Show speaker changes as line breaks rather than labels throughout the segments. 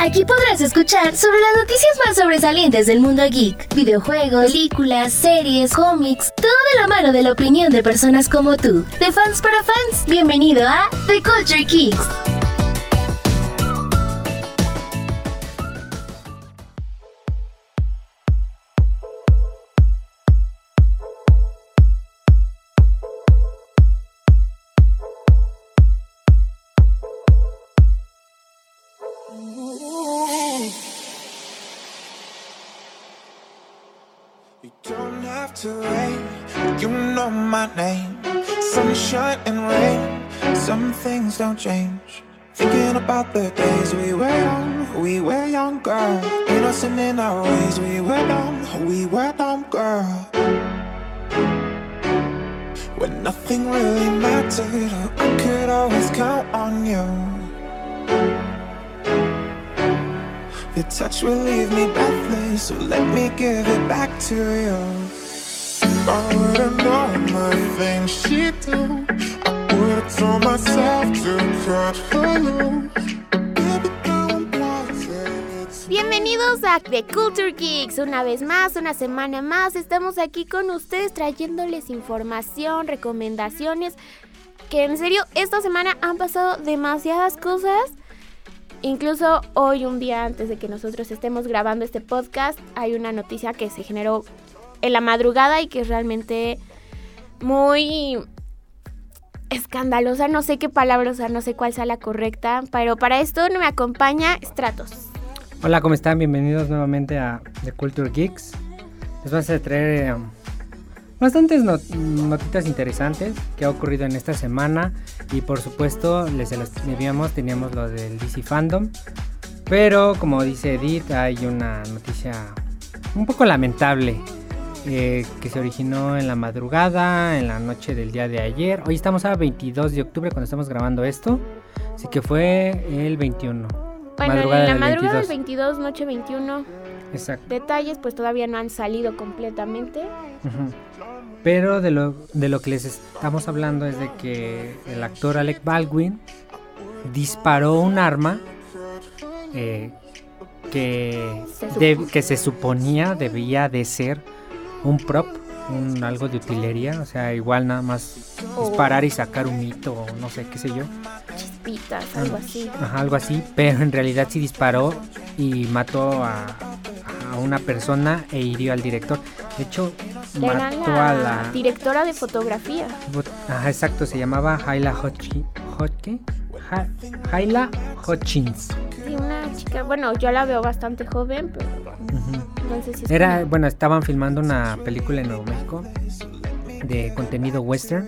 Aquí podrás escuchar sobre las noticias más sobresalientes del mundo geek, videojuegos, películas, series, cómics, todo de la mano de la opinión de personas como tú, de fans para fans. Bienvenido a The Culture Geeks.
You don't have to wait, you know my name. Sunshine and rain, some things don't change. Thinking about the days we were young, we were young, girl. Innocent in our ways, we were dumb, we were dumb, girl. When nothing really mattered, I could always count on you. Your touch will leave me breathless, so let me give it back to you. I wouldn't know my things she do. I would've told myself to cut for you. Baby, now I'm blinded. It's
Bienvenidos a The Culture Geeks, una vez más, una semana más, estamos aquí con ustedes trayéndoles información, recomendaciones, que en serio, esta semana han pasado demasiadas cosas, incluso hoy un día antes de que nosotros estemos grabando este podcast, hay una noticia que se generó en la madrugada y que es realmente muy escandalosa, no sé qué palabra usar, no sé cuál sea la correcta, pero para esto me acompaña Stratos.
Hola, ¿cómo están? Bienvenidos nuevamente a The Culture Geeks. Les vamos a traer eh, bastantes not- notitas interesantes que ha ocurrido en esta semana. Y por supuesto, les se las debíamos, teníamos lo del DC Fandom. Pero como dice Edith, hay una noticia un poco lamentable eh, que se originó en la madrugada, en la noche del día de ayer. Hoy estamos a 22 de octubre cuando estamos grabando esto. Así que fue el 21.
Bueno,
madrugada
en la
del
madrugada
22.
del 22, noche 21,
Exacto.
detalles pues todavía no han salido completamente.
Ujú. Pero de lo, de lo que les estamos hablando es de que el actor Alec Baldwin disparó un arma eh, que,
Se supo.
de- que se suponía debía de ser un prop, un algo de utilería, o sea, igual nada más disparar y sacar un mito o no sé qué sé yo.
Chispitas, algo así.
Ajá, algo así, pero en realidad sí disparó y mató a, a una persona e hirió al director. De hecho,
Era
mató
la
a la...
directora de fotografía.
But- Ajá, exacto, se llamaba Jaila Hodgkin. Jaila Hodgins.
Sí, una chica, bueno, yo la veo bastante joven, pero no sé si es
Era,
como-
bueno, estaban filmando una película en Nuevo México de contenido western.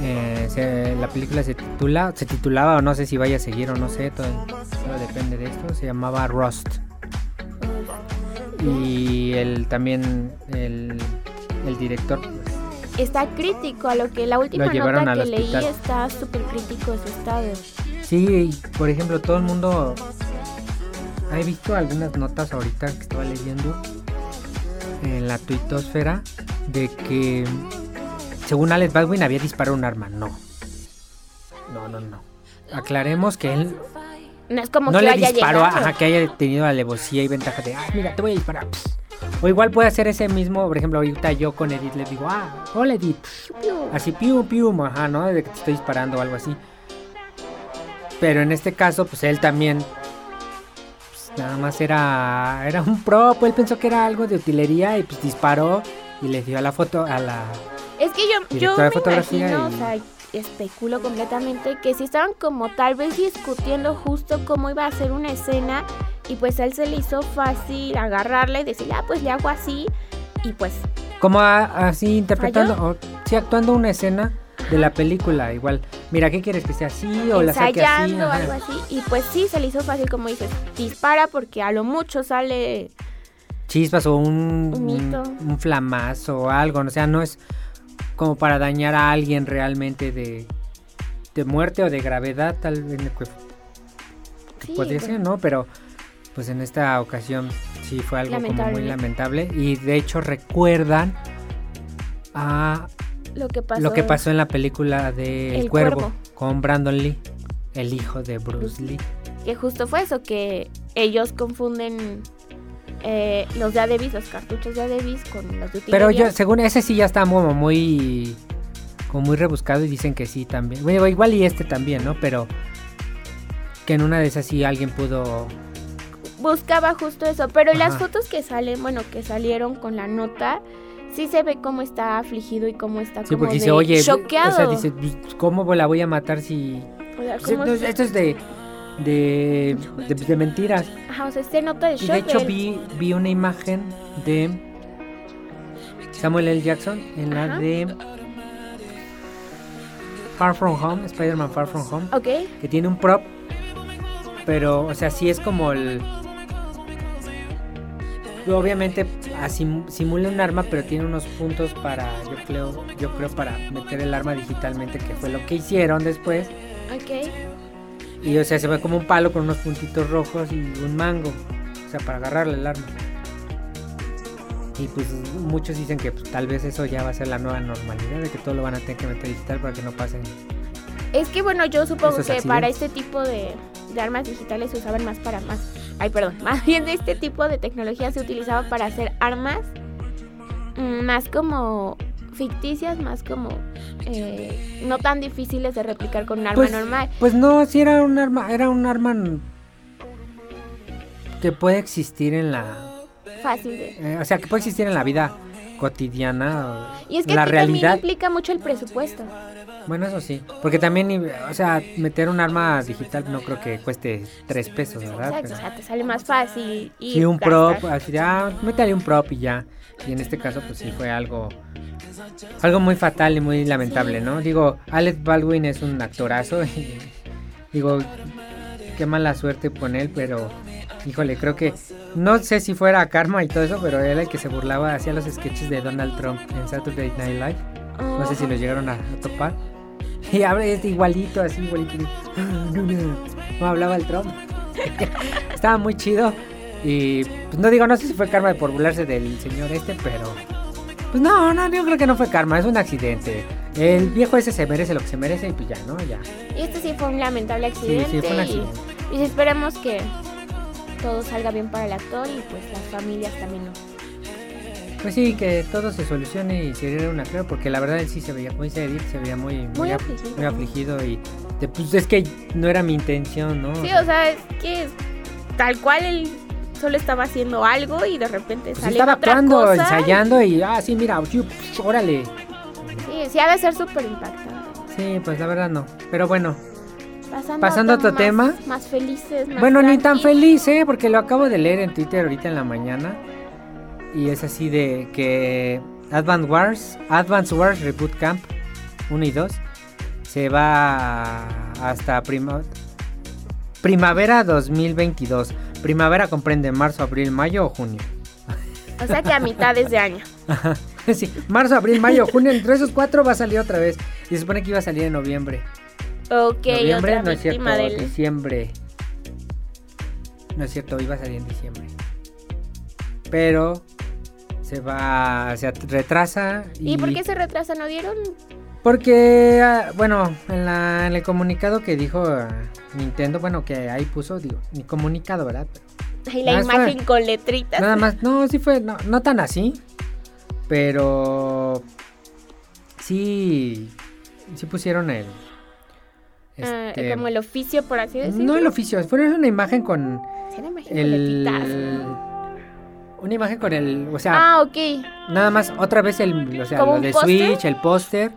Eh, se- la película se titula, se titulaba, o no sé si vaya a seguir o no sé, todo, todo depende de esto. Se llamaba Rust. Y el, también el, el director pues,
está crítico a lo que la última
Lo llevaron
nota
al
que leí
hospital.
está súper crítico de su estado.
Sí, y, por ejemplo, todo el mundo. ah, He visto algunas notas ahorita que estaba leyendo en la tuitosfera de que, según Alex Baldwin, había disparado un arma. No. No, no, no. Aclaremos que él
No es como
no
que
le
haya
disparó,
llegado.
ajá, que haya tenido la alevosía y ventaja de, ah, mira, te voy a disparar. pss". O igual puede hacer ese mismo, por ejemplo, ahorita yo con Edith le digo, ah, hola Edith. Así, piu, piu, ajá, ¿no? De que te estoy disparando o algo así. Pero en este caso, pues él también, pues, nada más era, era un pro, pues él pensó que era algo de utilería y pues disparó y le dio a la foto, a la...
Es que yo, yo
Directora
me
de fotografía
imagino,
y-
o sea, especulo completamente que si estaban como tal vez discutiendo justo cómo iba a ser una escena y pues a él se le hizo fácil agarrarla y decirle, ah, pues le hago así y pues
Como a- así interpretando, o, sí, actuando una escena de la película, igual. Mira, ¿qué quieres que sea así o la saque así?
ensayando o
Ajá.
algo así y pues sí, se le hizo fácil como dices, dispara porque a lo mucho sale
chispas o un,
Un mito.
un, flamazo o algo. O sea, no es como para dañar a alguien realmente de, de muerte o de gravedad, tal vez que
Sí,
podría
pues.
ser, ¿no? Pero pues en esta ocasión sí fue algo como
Lamentable.
muy lamentable. Y de hecho recuerdan a
lo que pasó.
lo que pasó en la película de El,
El
Cuervo,
Cuervo.
con Brandon Lee, el hijo de Bruce Lee.
que justo fue eso, que ellos confunden eh, los de Adebis, los cartuchos de Adebis con los de utilería.
Pero yo, según ese sí ya está muy, muy, como muy rebuscado y dicen que sí también. Bueno, igual y este también, ¿no? Pero que en una de esas sí alguien pudo...
buscaba justo eso, pero las
Ajá.
fotos que salen, bueno, que salieron con la nota, sí se ve cómo está afligido y cómo está
Sí,
como
porque dice,
de
oye,
choqueado.
o sea, dice, pues, ¿cómo la voy a matar si...
O sea,
O sea,
cómo
no,
se-
esto es de, de, de, de mentiras.
Ajá, o sea, se nota de
Y
shock.
de hecho
él.
vi, vi una imagen de Samuel L. Jackson en la
Ajá.
de Far From Home, Spider-Man Far From Home,
Ok,
que tiene un prop, pero, o sea, sí es como el... Obviamente asim- simula un arma, pero tiene unos puntos para, yo creo, yo creo para meter el arma digitalmente, que fue lo que hicieron después.
ok.
Y o sea, se ve como un palo con unos puntitos rojos y un mango. O sea, para agarrarle el arma. Y pues muchos dicen que pues, tal vez eso ya va a ser la nueva normalidad, de que todo lo van a tener que meter digital para que no pasen.
Es que bueno, yo supongo
Esos
que para
accidentes.
este tipo de, de armas digitales se usaban más para más. Ay, perdón. Más bien este tipo de tecnología se utilizaba para hacer armas mm, más como ficticias, más como eh, no tan difíciles de replicar con un arma
Pues-
normal.
Pues no, si era un arma, era un arma n- que puede existir en la,
Fácil de.
eh, o sea, que puede existir en la vida cotidiana, o
Y es que
en la
aquí
realidad.
también implica mucho el presupuesto.
Bueno, eso sí, porque también, o sea, meter un arma digital no creo que cueste tres pesos, ¿verdad?
Exacto,
Pero-
o sea, te sale más fácil. Y
Sí, un
gastar.
prop, así de, ah, métale un prop y ya. Y en este caso, pues sí fue algo algo muy fatal y muy lamentable, ¿no? Digo, Alec Baldwin es un actorazo y digo, qué mala suerte con él, pero híjole, creo que no sé si fuera karma y todo eso, pero era el que se burlaba, hacía los sketches de Donald Trump en Saturday Night Live. ah, No sé si lo llegaron a, a topar. Y ahora es igualito, así igualito. Ah, No, no, no hablaba el Trump. Estaba muy chido. Y pues no digo, no sé si fue karma por burlarse del señor este, pero. Pues no, no, yo creo que no fue karma, es un accidente. El viejo ese se merece lo que se merece y pues ya, ¿no? Ya.
Y este sí fue un lamentable
Sí,
accidente.
sí, fue un
y-
accidente.
Y esperemos que todo salga bien para el actor y pues las familias también no.
Pues sí, que todo se solucione y se diera una clara, porque la verdad él sí se veía, como dice Edith, se veía muy, muy, af-
afligido.
muy afligido y de- pues es que no era mi intención, ¿no?
Sí, o sea, es que tal cual él solo estaba haciendo algo y de repente
Pues
sale
estaba
otra
actuando,
cosa.
ensayando y, ah, sí, mira, uy, pf, órale.
Sí, sí ha de ser súper impactante.
Sí, pues la verdad no. Pero bueno,
Pasando,
Pasando a otro
más-
tema.
Más felices, más
bueno, ni tan
tranqui.
feliz, ¿eh? Porque lo acabo de leer en Twitter ahorita en la mañana. Y es así de que Advance Wars, Advance Wars Reboot Camp 1 y 2 se va hasta prima- primavera 2022. Primavera comprende marzo, abril, mayo o junio.
O sea que a mitad de año.
sí, marzo, abril, mayo, junio, entre esos cuatro va a salir otra vez. Y se supone que iba a salir en noviembre.
Ok,
Noviembre,
otra
no es cierto,
víctima del...
diciembre. No es cierto, iba a salir en diciembre. Pero se va, se at- retrasa.
¿Y por
pues
qué se retrasa? ¿No dieron?
Porque, ah, bueno, en, la- en el comunicado que dijo ah, Nintendo, bueno, que ahí puso, digo, ni comunicado, ¿verdad? Pero
Ay, la
No, es para-
imagen con letritas.
Nada más, no, sí fue, no, no tan así, pero sí, sí pusieron el...
Ah,
este,
como el oficio, por así decirlo.
no el oficio, fue una imagen con
Sí, la imagen con
el...
letritas.
Una imagen con el, o sea,
Ah, ok.
nada más otra vez el, o sea,
¿Como
lo
un
de
póster?
Switch, el póster.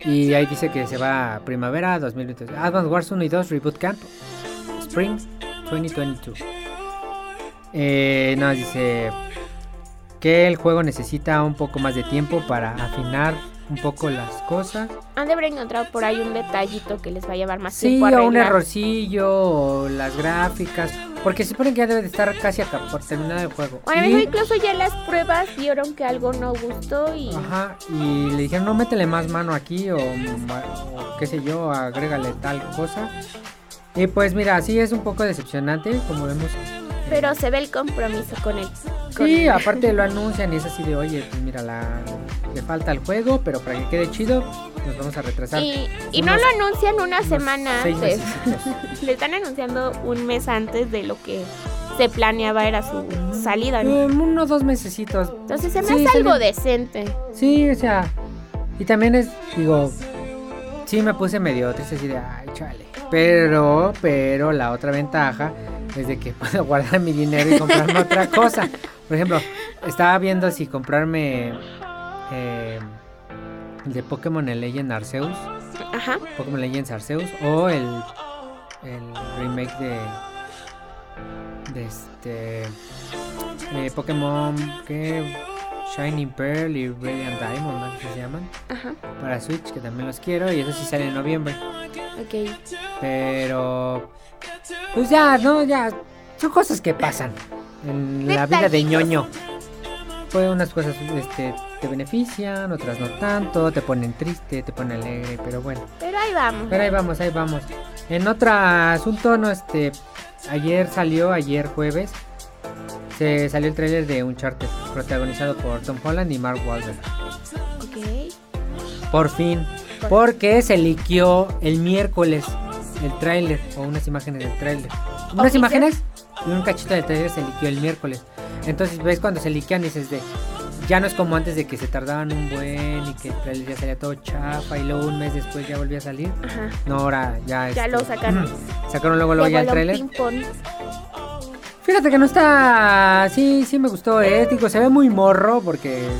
Y ahí dice que se va a primavera 2022. Advance Wars 1 y 2 Reboot Camp Spring 2022. Eh, nos dice que el juego necesita un poco más de tiempo para afinar un poco las cosas.
Han de haber encontrado por ahí un detallito que les va a llevar más
Sí,
tiempo.
o un
arreglar.
errorcillo, o las gráficas. Porque se supone que ya debe de estar casi acá por terminar el juego.
Bueno, a
Y-
mí no, incluso ya en las pruebas vieron que algo no gustó y.
Ajá, y le dijeron, no, métele más mano aquí o, ma- o qué sé yo, agrégale tal cosa. Y pues mira, sí es un poco decepcionante, como vemos. eh,
Pero se ve el compromiso con el
Sí, aparte lo anuncian y es así de, oye, pues mira, la, le falta el juego, pero para que quede chido, nos vamos a retrasar.
Y, y no
unos-
lo anuncian una
unos
semana
seis
antes.
mesecitos.
Le están anunciando un mes antes de lo que se planeaba era su salida, ¿no?
Um, unos dos mesecitos.
Entonces se me
Sí,
hace
está
algo
bien.
decente.
Sí, o sea, y también es, digo, sí me puse medio triste así de, ay, chale. Pero, pero la otra ventaja es de que puedo guardar mi dinero y comprarme otra cosa. Por ejemplo, estaba viendo si comprarme eh, el de Pokémon el Legend Arceus,
Ajá.
Pokémon Legends Arceus o el, el remake de, de este eh, Pokémon que Shining Pearl y Brilliant Diamond, ¿no? Que se llaman
Ajá.
para Switch, que también los quiero y eso sí sale en noviembre.
Ok.
Pero pues ya, no, ya son cosas que pasan en la vida de
Detallitos.
ñoño. Pues unas cosas este, te benefician, otras no tanto, te ponen triste, te ponen alegre, pero bueno.
Pero ahí vamos.
Pero ahí vamos, ahí vamos. En otro asunto, no, este, ayer salió, ayer jueves, se salió el tráiler de Uncharted, protagonizado por Tom Holland y Mark Wahlberg.
Ok.
Por fin, porque se liqueó el miércoles el tráiler o unas imágenes del tráiler. Unas
Oficial.
imágenes y un cachito del tráiler se liqueó el miércoles. Entonces ves cuando se liquean dices de ya no es como antes de que se tardaban un buen y que el tráiler ya salía todo chafa y luego un mes después ya volvía a salir.
Ajá.
No, ahora ya
Ya
este,
lo sacaron.
Sacaron luego, luego ya el
De balón
trailer.
ping-pong.
Fíjate que no está. Sí, sí me gustó, eh. Digo, se ve muy morro porque. es-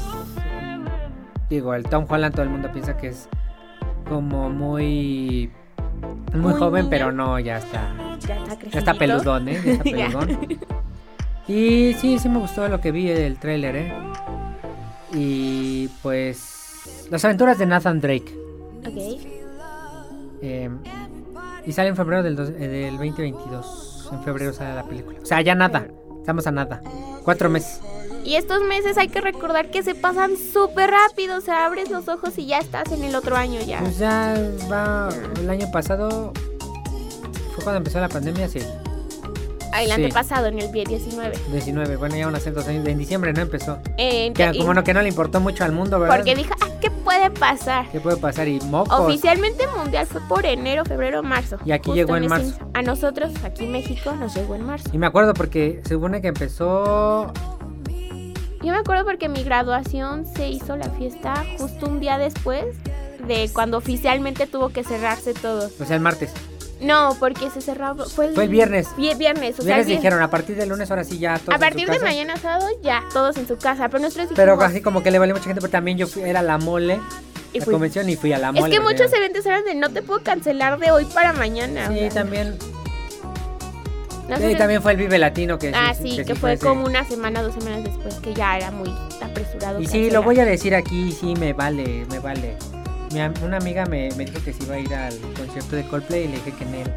Digo, el Tom Holland todo el mundo piensa que es como muy. Muy,
Muy
joven,
niño.
pero no, ya está.
Ya está crecido.
Ya está peludón, eh. Ya está
Ya.
peludón. Y sí, sí me gustó lo que vi del tráiler, eh. Y pues. Las aventuras de Nathan Drake.
Ok.
Eh, y sale en febrero del, dos- eh, del 2022. En febrero sale la película. O sea, ya nada. Estamos a nada. Cuatro meses.
Y estos meses hay que recordar que se pasan súper rápido. O sea, abres los ojos y ya estás en el otro año ya.
Pues ya va. El año pasado fue cuando empezó la pandemia, sí.
Ah, El
sí.
antepasado, en el 19.
19. Bueno, ya van a ser dos años. En diciembre no empezó.
Eh,
Que,
y-
como no, que no le importó mucho al mundo, ¿verdad?
porque dijo, ah, ¿qué puede pasar?
¿Qué puede pasar? Y mocos.
Oficialmente mundial fue por enero, febrero, marzo.
Pues. Y aquí
Justo
llegó en
ese- A nosotros, aquí en México, nos llegó en marzo.
Y me acuerdo porque se supone que empezó.
Yo me acuerdo porque mi graduación se hizo la fiesta justo un día después de cuando oficialmente tuvo que cerrarse todo.
O sea, el martes.
No, porque se cerraba. Fue el,
Fue el viernes.
vie- viernes, o sea,
Ya les
el vier-
dijeron, a partir del lunes, ahora sí ya todos.
A
en su
partir de
casa.
mañana sábado ya todos en su casa, pero nosotros
Pero
dijimos-
así como que le valió mucha gente, porque también yo fui- era la mole,
Y
la
fui.
convención y fui a la
es
mole.
que
porque-
muchos eventos eran de no te puedo cancelar de hoy para mañana. o
Sí,
sea,
también. Sí,
nosotros-
también fue el Vive Latino que
Ah, sí, que,
sí
fue
ese.
como una semana, dos semanas después, que ya era muy apresurado.
Y sí, lo voy a decir aquí, sí, me vale, me vale. Mi am- una amiga me, me dijo que se iba a ir al concierto de Coldplay y le dije que en él.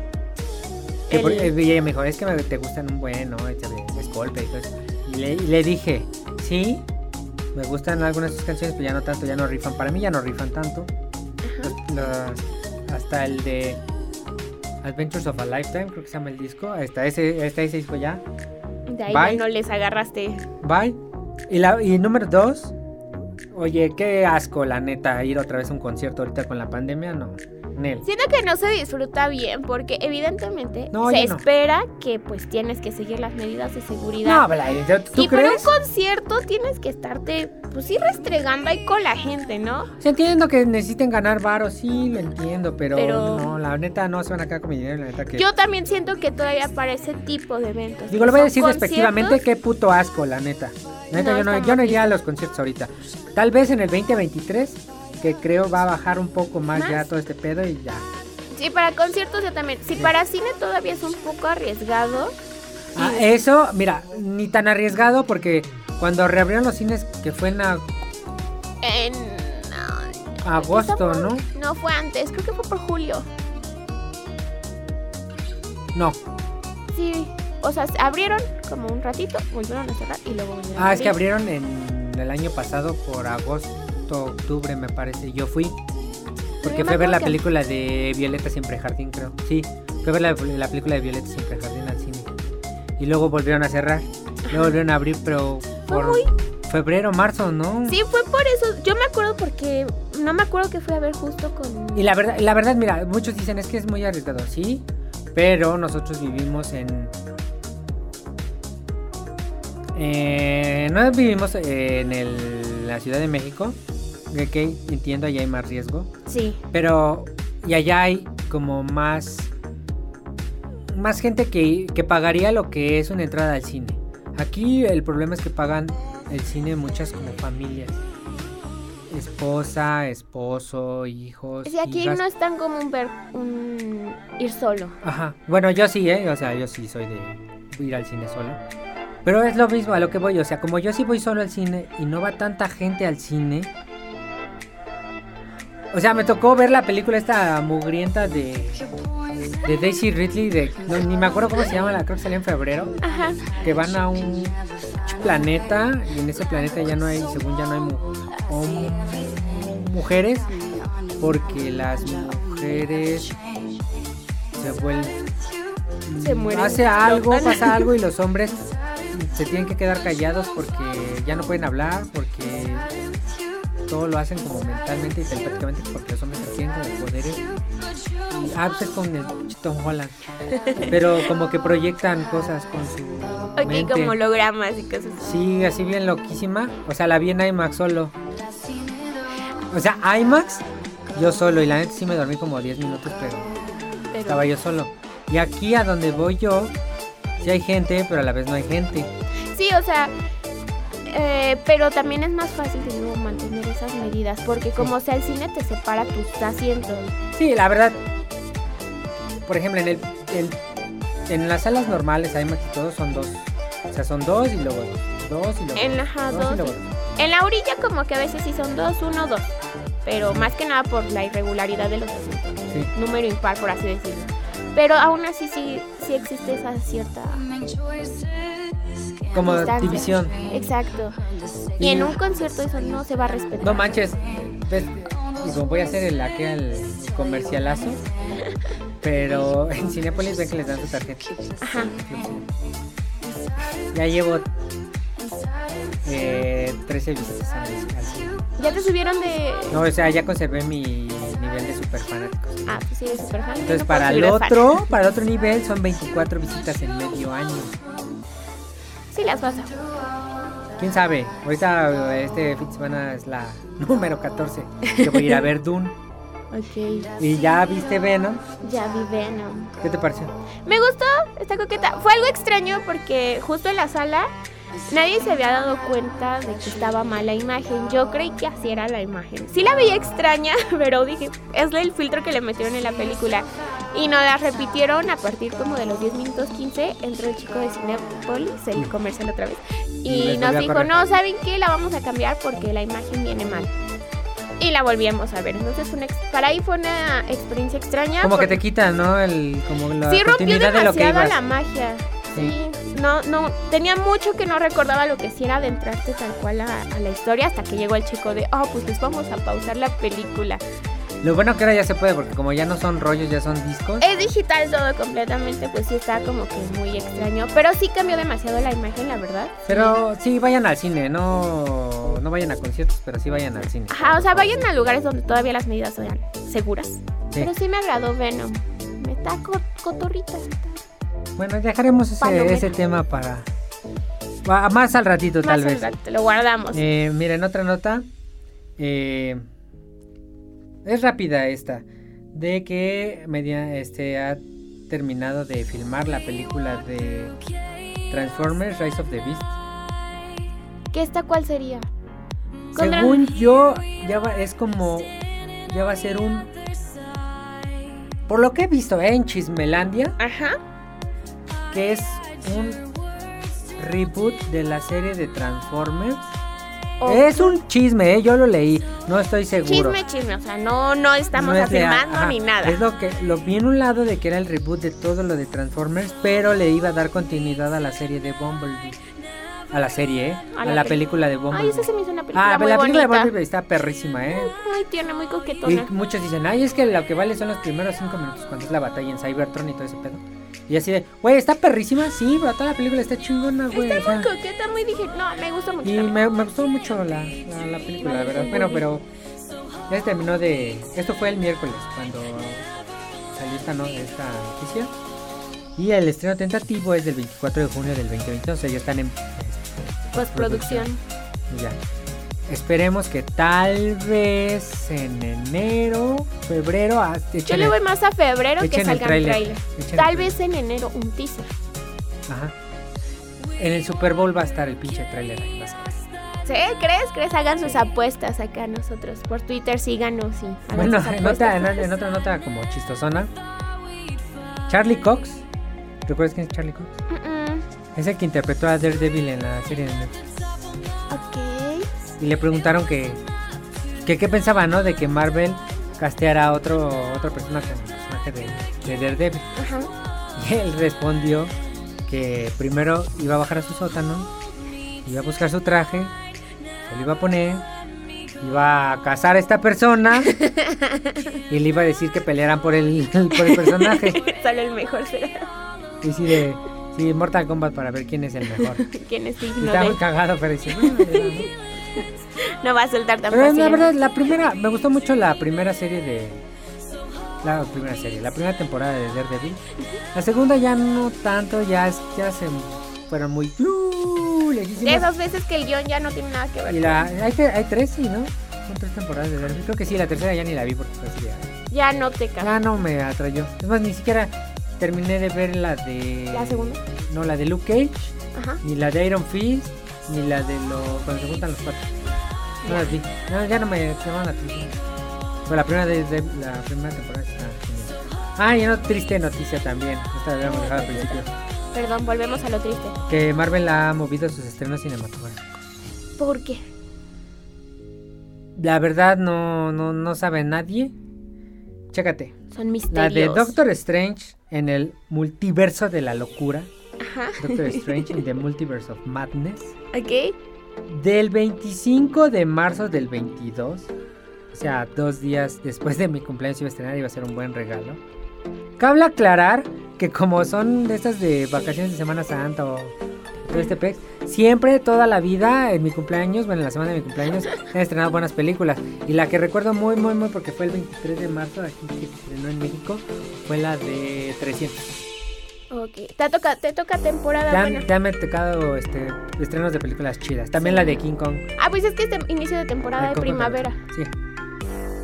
Que por-
El-
y ella me dijo, es que me- te gustan un buen, ¿no? Este, Es Coldplay. entonces, y, le, y le dije, sí, me gustan algunas de sus canciones, pero ya no tanto, ya no rifan. Para mí ya no rifan tanto. Los- hasta el de Adventures of a Lifetime, creo que se llama el disco. Hasta ese, hasta ese disco ya.
De ahí
Bye.
ya no les agarraste.
Bye. Y, la, y número dos, oye, qué asco, la neta, ir otra vez a un concierto ahorita con la pandemia, no. Nel.
Siento que no se disfruta bien porque evidentemente
No,
se
ya no.
espera que pues tienes que seguir las medidas de seguridad.
No, Blay, ¿tú
y para un
crees?
concierto tienes que estarte pues sí restregando ahí con la gente, ¿no?
Sí, entiendo que necesiten ganar varos, sí, lo entiendo, pero,
Pero-
no, la neta no se van a quedar con mi dinero, la neta que...
Yo también siento que todavía para ese tipo de eventos.
Digo,
que
lo voy a
son
decir despectivamente,
conciertos,
qué puto asco, la neta. La neta,
No,
yo, no,
está
yo no
mal
iría a los conciertos ahorita. Tal vez en el 2023, que creo va a bajar un poco más,
¿Más?
ya todo este pedo y ya.
Sí, para conciertos yo también. Si
Sí.
para cine todavía es un poco arriesgado.
Ah, eso, mira, ni tan arriesgado porque cuando reabrieron los cines, que fue en a-
En... no,
agosto,
estamos-
¿no?
No fue antes, creo que fue por julio.
No.
Sí, o sea, se abrieron como un ratito, volvieron a cerrar y luego volvieron a
Ah, es que abrieron en el año pasado por agosto, octubre, me parece. Yo fui. Porque
Yo me
fue a ver
acuerdo
la
que-
película de Violeta Siempre Jardín, creo. Sí, fue a ver la, la película de Violeta Siempre Jardín al cine. Y luego volvieron a cerrar. Lo volvieron a abrir, pero por
Uy.
febrero, marzo, ¿no?
Sí, fue por eso. Yo me acuerdo porque no me acuerdo que fui a ver justo con.
Y la verdad, la verdad, mira, muchos dicen es que es muy arriesgado, sí, pero nosotros vivimos en... Eh, no vivimos eh, en el- la Ciudad de México, ok, entiendo, allá hay más riesgo,
Sí.
pero... Y allá hay como más... Más gente que, que pagaría lo que es una entrada al cine. Aquí el problema es que pagan el cine muchas como familias. Esposa, esposo, hijos.
Sí, aquí
hijas.
no es tan común ver un ir solo.
Ajá. Bueno, yo sí, ¿eh? O sea, yo sí soy de ir al cine solo. Pero es lo mismo a lo que voy. O sea, como yo sí voy solo al cine y no va tanta gente al cine. O sea, me tocó ver la película esta mugrienta de. De Daisy Ridley, de, no, ni me acuerdo cómo se llama, la creo que salió en febrero.
Ajá.
Que van a un planeta y en ese planeta ya no hay, según ya no hay mu- hom- mujeres, porque las mujeres se vuelven
Se mueren.
hace algo,
Explotan.
pasa algo y los hombres se tienen que quedar callados porque ya no pueden hablar, porque todo lo hacen como mentalmente y telepáticamente porque los hombres tienen como poderes. Y, ah, pues es con el Tom Holland. Pero como que proyectan cosas con su
Ok,
mente.
como hologramas y cosas así.
Sí, así bien loquísima. O sea, la vi en IMAX solo. O sea, IMAX, yo solo. Y la neta sí me dormí como 10 minutos, pero
Pero...
estaba yo solo. Y aquí a donde voy yo, sí hay gente, pero a la vez no hay gente.
Sí, o sea, eh, pero también es más fácil de nuevo mantener esas medidas, porque como sea el cine te separa tus asientos.
Sí, la verdad. Por ejemplo, en el, el- en las salas normales, IMAX y todo, son dos. O sea, son dos y luego dos. Dos y luego
En, ajá,
dos.
dos.
y luego
En la orilla como que a veces sí son dos, uno, dos, pero más que nada por la irregularidad de los asientos,
Sí.
número impar por así decirlo. Pero aún así sí, sí existe esa cierta...
Como
distancia.
división.
Exacto. Y en un concierto eso no se va a respetar.
No manches, ves, digo, voy a hacer el, aquí el comercialazo, pero en Cinepolis ven que les dan su tarjeta.
Ajá.
Ya llevo eh, 13 visitas al, al cine.
Ya te subieron de...
No, o sea, ya conservé mi nivel de super fanático.
Ah, pues sí, eres súper fan.
Entonces, para
pues,
el otro, para el otro nivel son 24 visitas en medio año.
Sí, las vas a...
¿Quién sabe? Ahorita este fin de semana es la número 14. Yo voy a ir a ver Dune.
Ok.
Y ya viste Venom.
Ya vi Venom.
¿Qué te pareció?
Me gustó, está coqueta. Fue algo extraño porque justo en la sala nadie se había dado cuenta de que estaba mala imagen. Yo creí que así era la imagen. Sí la veía extraña, pero dije, es el filtro que le metieron en la película. Y nos la repitieron a partir como de los 10 minutos 15. Entró el chico de Cinepolis, el comercial otra vez.
Y
Y
les
nos
volvió a
dijo,
correr.
no, ¿saben qué? La vamos a cambiar porque la imagen viene mal. Y la volvíamos a ver. Entonces, fue una ex- para ahí fue una experiencia extraña.
Como que
porque-
te quitan, ¿no? El, como la
sí rompió
continuidad de lo que
demasiado
ibas.
la magia.
Sí.
Sí. No, no, tenía mucho que no recordaba lo que sí era adentrarte tal cual a, a la historia hasta que llegó el chico de, oh, pues les vamos a pausar la película.
Lo bueno que ahora ya se puede, porque como ya no son rollos, ya son discos.
Es digital todo completamente, pues sí está como que muy extraño, pero sí cambió demasiado la imagen, la verdad.
Pero sí, vayan al cine, no, no vayan a conciertos, pero sí vayan al cine.
Ajá, o sea, vayan a lugares donde todavía las medidas sean seguras. Pero sí me agradó Venom. Me está co- cotorrita. está.
Bueno, dejaremos ese,
Palomera.
ese tema para... va- Más al ratito, tal
Más al
vez.
rato, lo guardamos.
Eh, miren, otra nota. eh, es rápida esta. De que media, este, ha terminado de filmar la película de Transformers Rise of the Beast.
¿Qué esta cuál sería? Contra-
Según yo, ya va, es como. Ya va a ser un. Por lo que he visto ¿eh? en Chismelandia,
Ajá.
que es un reboot de la serie de Transformers.
o-
Es un chisme, ¿eh? yo lo leí, no estoy seguro.
Chisme, chisme, o sea, no, no estamos
No es real,
afirmando
ajá.
ni nada.
Es lo que lo vi en un lado de que era el reboot de todo lo de Transformers, pero le iba a dar continuidad a la serie de Bumblebee. A la serie, ¿eh? A,
A
la,
la
película de Bumblebee.
Ay, esa se me hizo una película
Ah,
muy
pero la película de
bonita.
Bumblebee está perrísima, ¿eh?
Muy tierna, muy coquetona.
Y muchos dicen, ay, es que lo que vale son los primeros cinco minutos cuando es la batalla en Cybertron y todo ese pedo. Y así de, güey, está perrísima, sí, pero toda la película está chingona, güey. o
Está
sea.
muy coqueta, muy dije, no, me gusta mucho.
Y
también.
me, me gustó mucho la, la, la película, la verdad. Bueno, pero ya se terminó de. Esto fue el miércoles cuando salió esta, no- esta noticia. Y el estreno tentativo es del 24 de junio del 2022. O sea, ya están en este,
Postproducción.
Y Ya. Esperemos que tal vez en enero, febrero. ah,
Yo
echen
le
el-
voy más a febrero que
echen el
salga el
tráiler,
trailer.
echen el
Tal
tráiler.
vez en enero un teaser.
Ajá. En el Super Bowl va a estar el pinche trailer. Ahí, vas a ver.
¿Sí? ¿Crees? ¿Crees? Hagan sus apuestas acá a nosotros. Por Twitter síganos y hagan
Bueno,
sus
en otra,
apuestas.
en, en otra nota como chistosona, Charlie Cox, ¿recuerdas quién es Charlie Cox?
Mm, mm.
Es el que interpretó a Daredevil en la serie de Netflix.
Ok.
Y le preguntaron que, que qué pensaba, ¿no? De que Marvel casteara a otro, otra persona como personaje de, de Daredevil.
Ajá.
Y él respondió que primero iba a bajar a su sótano, iba a buscar su traje, se lo iba a poner, iba a cazar a esta persona y le iba a decir que pelearan por el, por el personaje.
Solo el mejor será.
Y sí, de, sí, Mortal Kombat para ver quién es el mejor. Y
¿Quién es digno
Estaba
de
muy cagado, pero dice, "Bueno, le damos".
No va a soltar tan
Pero la
fácil.
verdad, la primera, me gustó mucho la primera serie de. La primera serie, la primera temporada de Daredevil. La segunda ya no tanto, ya, es- ya se fueron muy. ¡uh!
De
lejísimos.
esas veces que el guión ya no tiene nada que ver.
Y la, hay, te- hay tres, sí, ¿no? Son tres temporadas de Daredevil. Creo que sí, la tercera ya ni la vi porque fue así de,
Ya no te cae.
Ya no me atrayó. Es más, ni siquiera terminé de ver la de.
La segunda.
No, la de Luke Cage.
Ajá.
ni la de Iron Fist, ni la de lo, cuando se juntan los cuatro. No las vi. No, ya no me llamaron la atención. Pero la primera, de, de- la primera temporada está genial. Ah, y una triste noticia también. Esta la habíamos dejado al principio.
Perdón, volvemos a lo triste.
Que Marvel ha movido sus estrenos cinematográficos.
¿Por qué?
La verdad no, no, no sabe nadie. Chécate.
Son
La
misterios.
de Doctor Strange en el multiverso de la locura.
Ajá.
Doctor Strange in the Multiverse of Madness.
Ok.
Del 25 de marzo del 22, o sea, dos días después de mi cumpleaños iba a estrenar, iba a ser un buen regalo. Cabe aclarar que como son de estas de vacaciones de Semana Santa o todo este pex, siempre, toda la vida, en mi cumpleaños, bueno, en la semana de mi cumpleaños, han estrenado buenas películas. Y la que recuerdo muy, muy, muy, porque fue el 23 de marzo, aquí que se estrenó en México, fue la de 300.
Ok. Te toca, te toca temporada
Ya,
buena.
ya me he tocado este, estrenos de películas chidas. También la de King Kong.
Ah, pues es que es tem- inicio de temporada de
Coco
primavera.
Melon. Sí.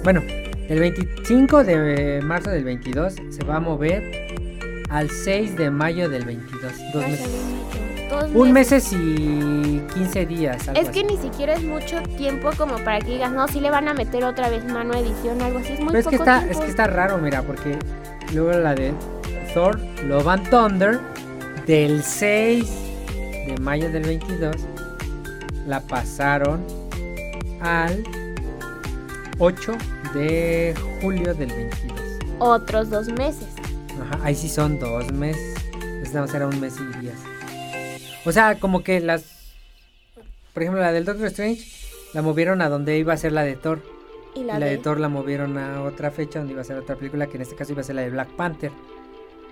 Bueno, el 25 de marzo del 22 se va a mover al 6 de mayo del 22. Dos
Ay,
meses.
salió Dos
Un
meses.
mes y 15 días. algo
Es que
así.
ni siquiera es mucho tiempo como para que digas, no, si le van a meter otra vez mano a edición o algo así. Es muy
Pero es que,
poco
está,
tiempo.
es que está raro, mira, porque luego la de Thor, Love and Thunder, del 6 de mayo del 22, la pasaron al 8 de julio del 22.
Otros dos meses.
Ajá, ahí sí son dos meses. Pues nada más era un mes y días. O sea, como que las. Por ejemplo, la del Doctor Strange la movieron a donde iba a ser la de Thor.
Y
Y
la,
la
de...
de Thor la movieron a otra fecha donde iba a ser otra película, que en este caso iba a ser la de Black Panther.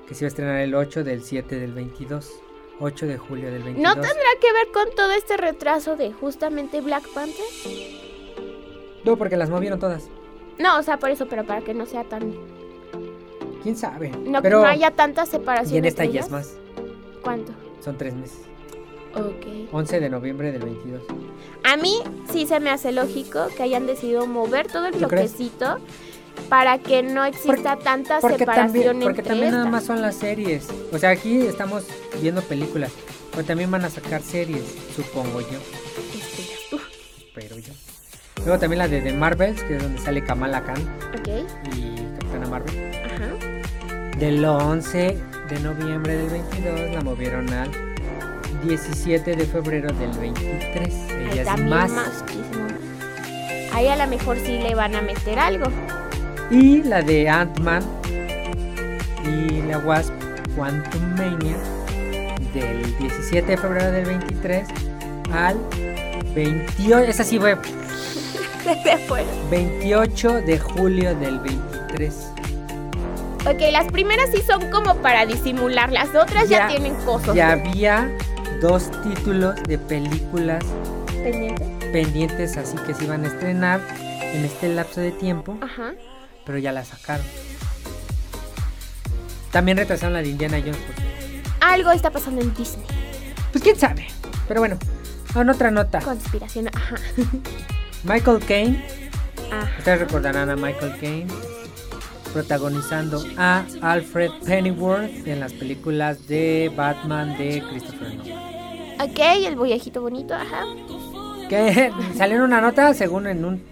Que se iba a estrenar el 8 del 7 del 22. 8 de julio del 22.
¿No tendrá que ver con todo este retraso de justamente Black Panther?
No, porque las movieron todas.
No, o sea, por eso, pero para que no sea tan...
¿Quién sabe?
No, que
Pero,
no haya tanta
y
separación.
en esta
entre
ya es
ellas.
más.
¿Cuánto?
Son tres meses.
Ok.
11 de noviembre del 22.
A mí sí se me hace lógico que hayan decidido mover todo el
¿Tú crees?
bloquecito para que no exista tanta
porque
separación
también,
entre
porque también nada
estas.
más son las series. O sea, aquí estamos viendo películas, pero también van a sacar series, supongo yo,
Esperas tú.
pero yo. Luego también la de The Marvels, que es donde sale Kamala Khan
Ok,
y Capitana Marvel.
ajá.
Del 11 de noviembre del 22 la movieron al 17 de febrero del 23.
Ahí
Ella es
también
más.
muchísimo más. Ahí a lo mejor sí le van a meter algo.
Y la de Ant-Man y la Wasp Quantum Mania del 17 de febrero del 23 al 28, esa sí fue
Se fueron.
28 de julio del 23.
Ok, las primeras sí son como para disimular, las otras ya,
Ya.
tienen cosas.
Y había dos títulos de películas
pendientes.
pendientes así que se iban a estrenar en este lapso de tiempo,
Ajá.
pero ya la sacaron. También retrasaron la de Indiana Jones. por cierto.
Algo está pasando en Disney.
Pues quién sabe. Pero bueno, en otra nota.
Conspiración. Ajá.
Michael Caine,
Ajá.
ustedes recordarán a Michael Caine protagonizando a Alfred Pennyworth en las películas de Batman de Christopher Nolan.
Ok, el boyajito bonito. Ajá.
Que salió en una nota, según en un,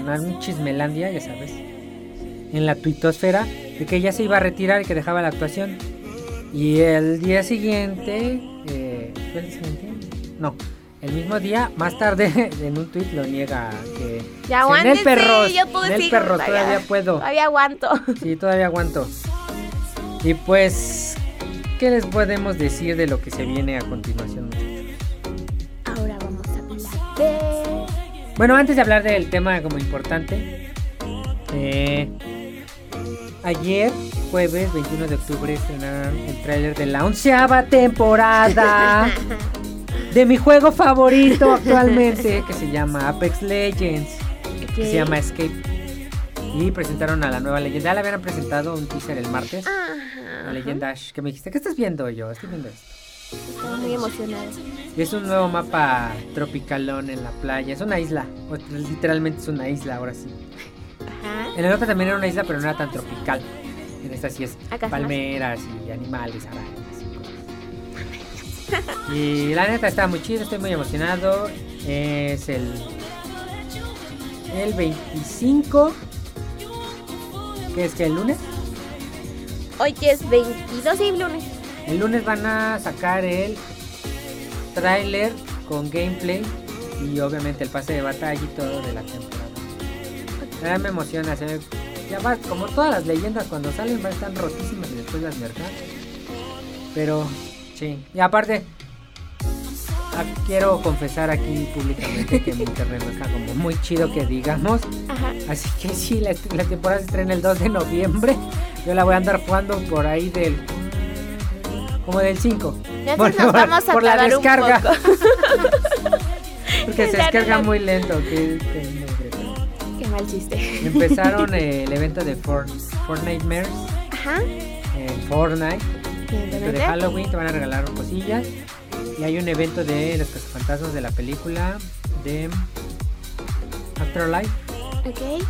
en algún chismelandia, ya sabes, en la tuitosfera, de que ya se iba a retirar y que dejaba la actuación. Y el día siguiente, eh, ¿fue el día siguiente? No, el mismo día, más tarde, en un tuit lo niega que...
Ya
en el
aguántense,
perro,
yo puedo
en el
decir,
perro,
todavía-
todavía puedo.
Todavía aguanto.
Sí, todavía aguanto. Y pues, ¿qué les podemos decir de lo que se viene a continuación?
Ahora vamos a hablar de.
Bueno, antes de hablar del tema como importante, eh, ayer, jueves 21 de octubre, estrenaron el tráiler de la onceava temporada de mi juego favorito actualmente, que se llama Apex Legends, que se llama Escape. Y presentaron a la nueva leyenda. Ya la habían presentado un teaser el martes.
Ajá.
La leyenda Ash, que me dijiste, ¿qué estás viendo Y yo? Estoy viendo esto.
Estaba muy emocionada.
Y es un nuevo mapa tropicalón en la playa. Es una isla. o- Literalmente es una isla ahora sí.
Ajá.
En el otro también era una isla, pero no era tan tropical. En esta sí es
Acá es más.
palmeras y animales, arañas y cosas. Y la neta está muy chido, estoy muy emocionado. Es el. El 25. ¿Qué es que el lunes?
Hoy que es 22 y lunes.
El lunes van a sacar el tráiler con gameplay y obviamente el pase de batalla y todo de la temporada. La verdad me emociona, se me- ya va, como todas las leyendas cuando salen van están rotísimas y después las mercas. Pero sí, y aparte ah, quiero confesar aquí públicamente que mi internet no está como muy chido que digamos.
Ajá.
Así que sí, la, la temporada se estrena el 2 de noviembre. Yo la voy a andar jugando por ahí del. como del 5.
Entonces
Bueno,
nos vamos a
por la
tardar
descarga.
un poco.
Porque
Ya
se
no
descarga
la-
muy lento. que- que-
Qué mal chiste.
Empezaron eh, el evento de For- Fortnite Mares
Ajá.
en Fortnite. Dentro de
Evidentemente.
Halloween te van a regalar cosillas. Y hay un evento de los cazafantasmas de la película de Afterlife.
Ok.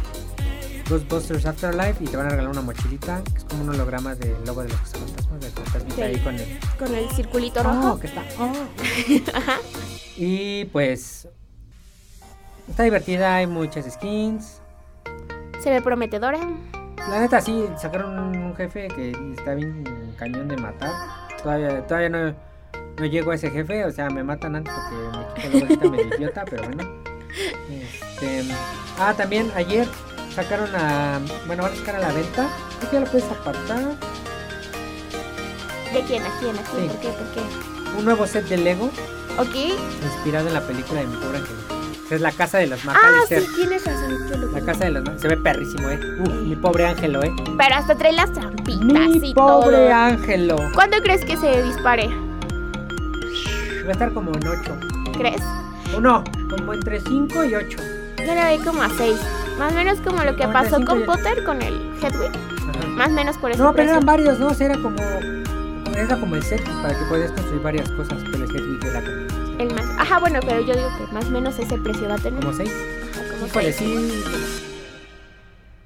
Ghostbusters Afterlife y te van a regalar una mochilita que es como un holograma del logo de los fantasmas, del fantasmita
Sí.
ahí con el
Con el circulito
Oh,
rojo.
que está. oh. Y pues está divertida, hay muchas skins.
Se ve prometedora.
La neta sí sacaron un jefe que está bien cañón de matar. Todavía todavía no no llego a ese jefe, o sea, me matan antes porque me quito luego ahorita este medio idiota, pero bueno. Este, ah, también ayer sacaron a. Bueno, van a sacar a la venta. Creo que ya lo puedes apartar.
¿De quién? ¿A quién? ¿A quién?
Sí.
¿Por qué? ¿Por qué?
Un nuevo set de Lego
Ok.
inspirado en la película de mi pobre angelito. O sea, Es la casa de los
Ah,
Macalister.
sí, tienes razón. yo lo
La
vi.
casa de los Mac- Se ve perrísimo, eh. Uf, mi pobre ángelo, eh.
Pero hasta trae las trampitas
Mi
y
pobre
todo.
ángelo.
¿Cuándo crees que se dispare?
Va a estar como en 8.
¿Crees?
O no, como entre 5 y 8.
Yo la veo como a 6. Más o menos como lo que
Como
pasó
entre
con
cinco y-
Potter con el Hedwig. Más o menos por eso.
No, pero eran varios, ¿no? O sea, Era como. Era como el set para que podías construir varias cosas. Pero el Hedwig era como-
el más. Ajá, bueno, pero yo digo que más o menos ese precio va a tener.
como 6.
Ajá, como
Híjole,
seis.
sí.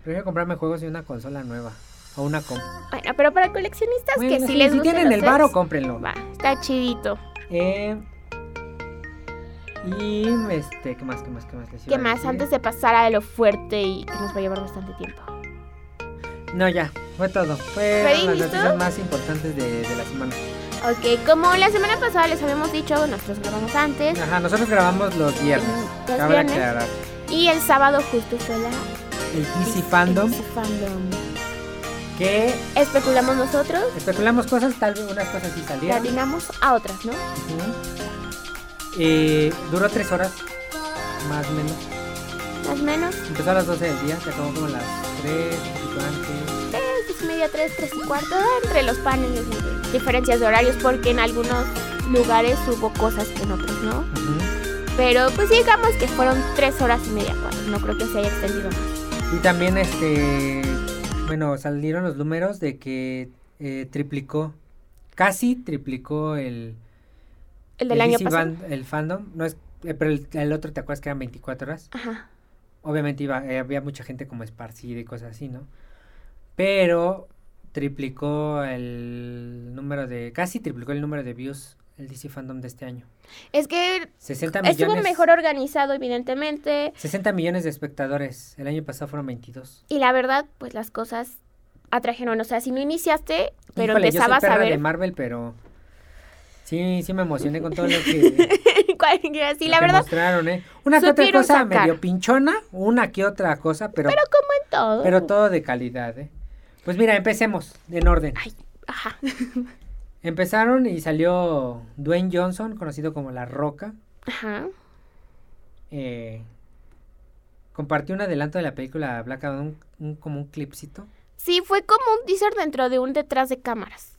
Prefiero comprarme juegos y una consola nueva. O una comp.
Bueno, pero para coleccionistas que
Bueno,
si
sí,
les
si
gustan
tienen
los
el varo,
sets,
cómprenlo.
Va, está chidito.
Eh, y este, ¿qué más? ¿Qué más? ¿Qué más? les iba
¿Qué
a
más?
decir?
Antes de pasar a lo fuerte y que nos va a llevar bastante tiempo.
No, ya, fue todo.
¿Freddy,
Fue las
listo?
noticias más importantes de, de la semana.
Ok, como la semana pasada les habíamos dicho, nosotros grabamos antes.
Ajá, nosotros grabamos los viernes.
Los
Cabe
viernes.
aclarar.
Y el sábado justo fue la
El DC Fandom,
DC Fandom.
que
Especulamos nosotros,
especulamos cosas, tal vez unas cosas sí salieron.
terminamos a otras, ¿no?
Ujú. Eh, duró tres horas, más o menos.
Más o menos.
Empezó a las 12 del día, se acabó como a las 3, antes.
Eh, pues medio media, tres, tres y cuarto, entre los paneles, y diferencias de horarios, porque en algunos lugares hubo cosas que en otros no.
Ujú.
Pero pues digamos que fueron tres horas y media, cuatro. No creo que se haya extendido más.
Y también, este, bueno, salieron los números de que eh, triplicó, casi triplicó el,
El del
el
año
DC
pasado.
Band- el fandom. No es, eh, pero el, el otro, ¿te acuerdas que eran 24 horas?
Ajá.
Obviamente iba, eh, había mucha gente como esparcida y cosas así, ¿no? Pero triplicó el número de, casi triplicó el número de views el DC Fandom de este año.
Es que
60
estuvo
millones.
mejor organizado, evidentemente.
60 millones de espectadores. El año pasado fueron 22.
Y la verdad, pues las cosas atrajeron. O sea, si no iniciaste, pero
Híjole, yo soy
empezabas
perra
a
de
ver.
Marvel, pero sí, sí me emocioné con todo lo que,
cualquiera. Sí,
lo
la
que
verdad,
mostraron, ¿eh? Una que otra
supieron
cosa
sacar.
medio pinchona, una que otra cosa, pero, pero,
en todo.
todo de calidad, ¿eh? Pues mira, empecemos en orden.
Ay, ajá.
Empezaron y salió Dwayne Johnson, conocido como La Roca.
Ajá.
eh, compartió un adelanto de la película Black Adam, un- un- como un clipcito.
Sí, fue como un teaser dentro de un detrás de cámaras.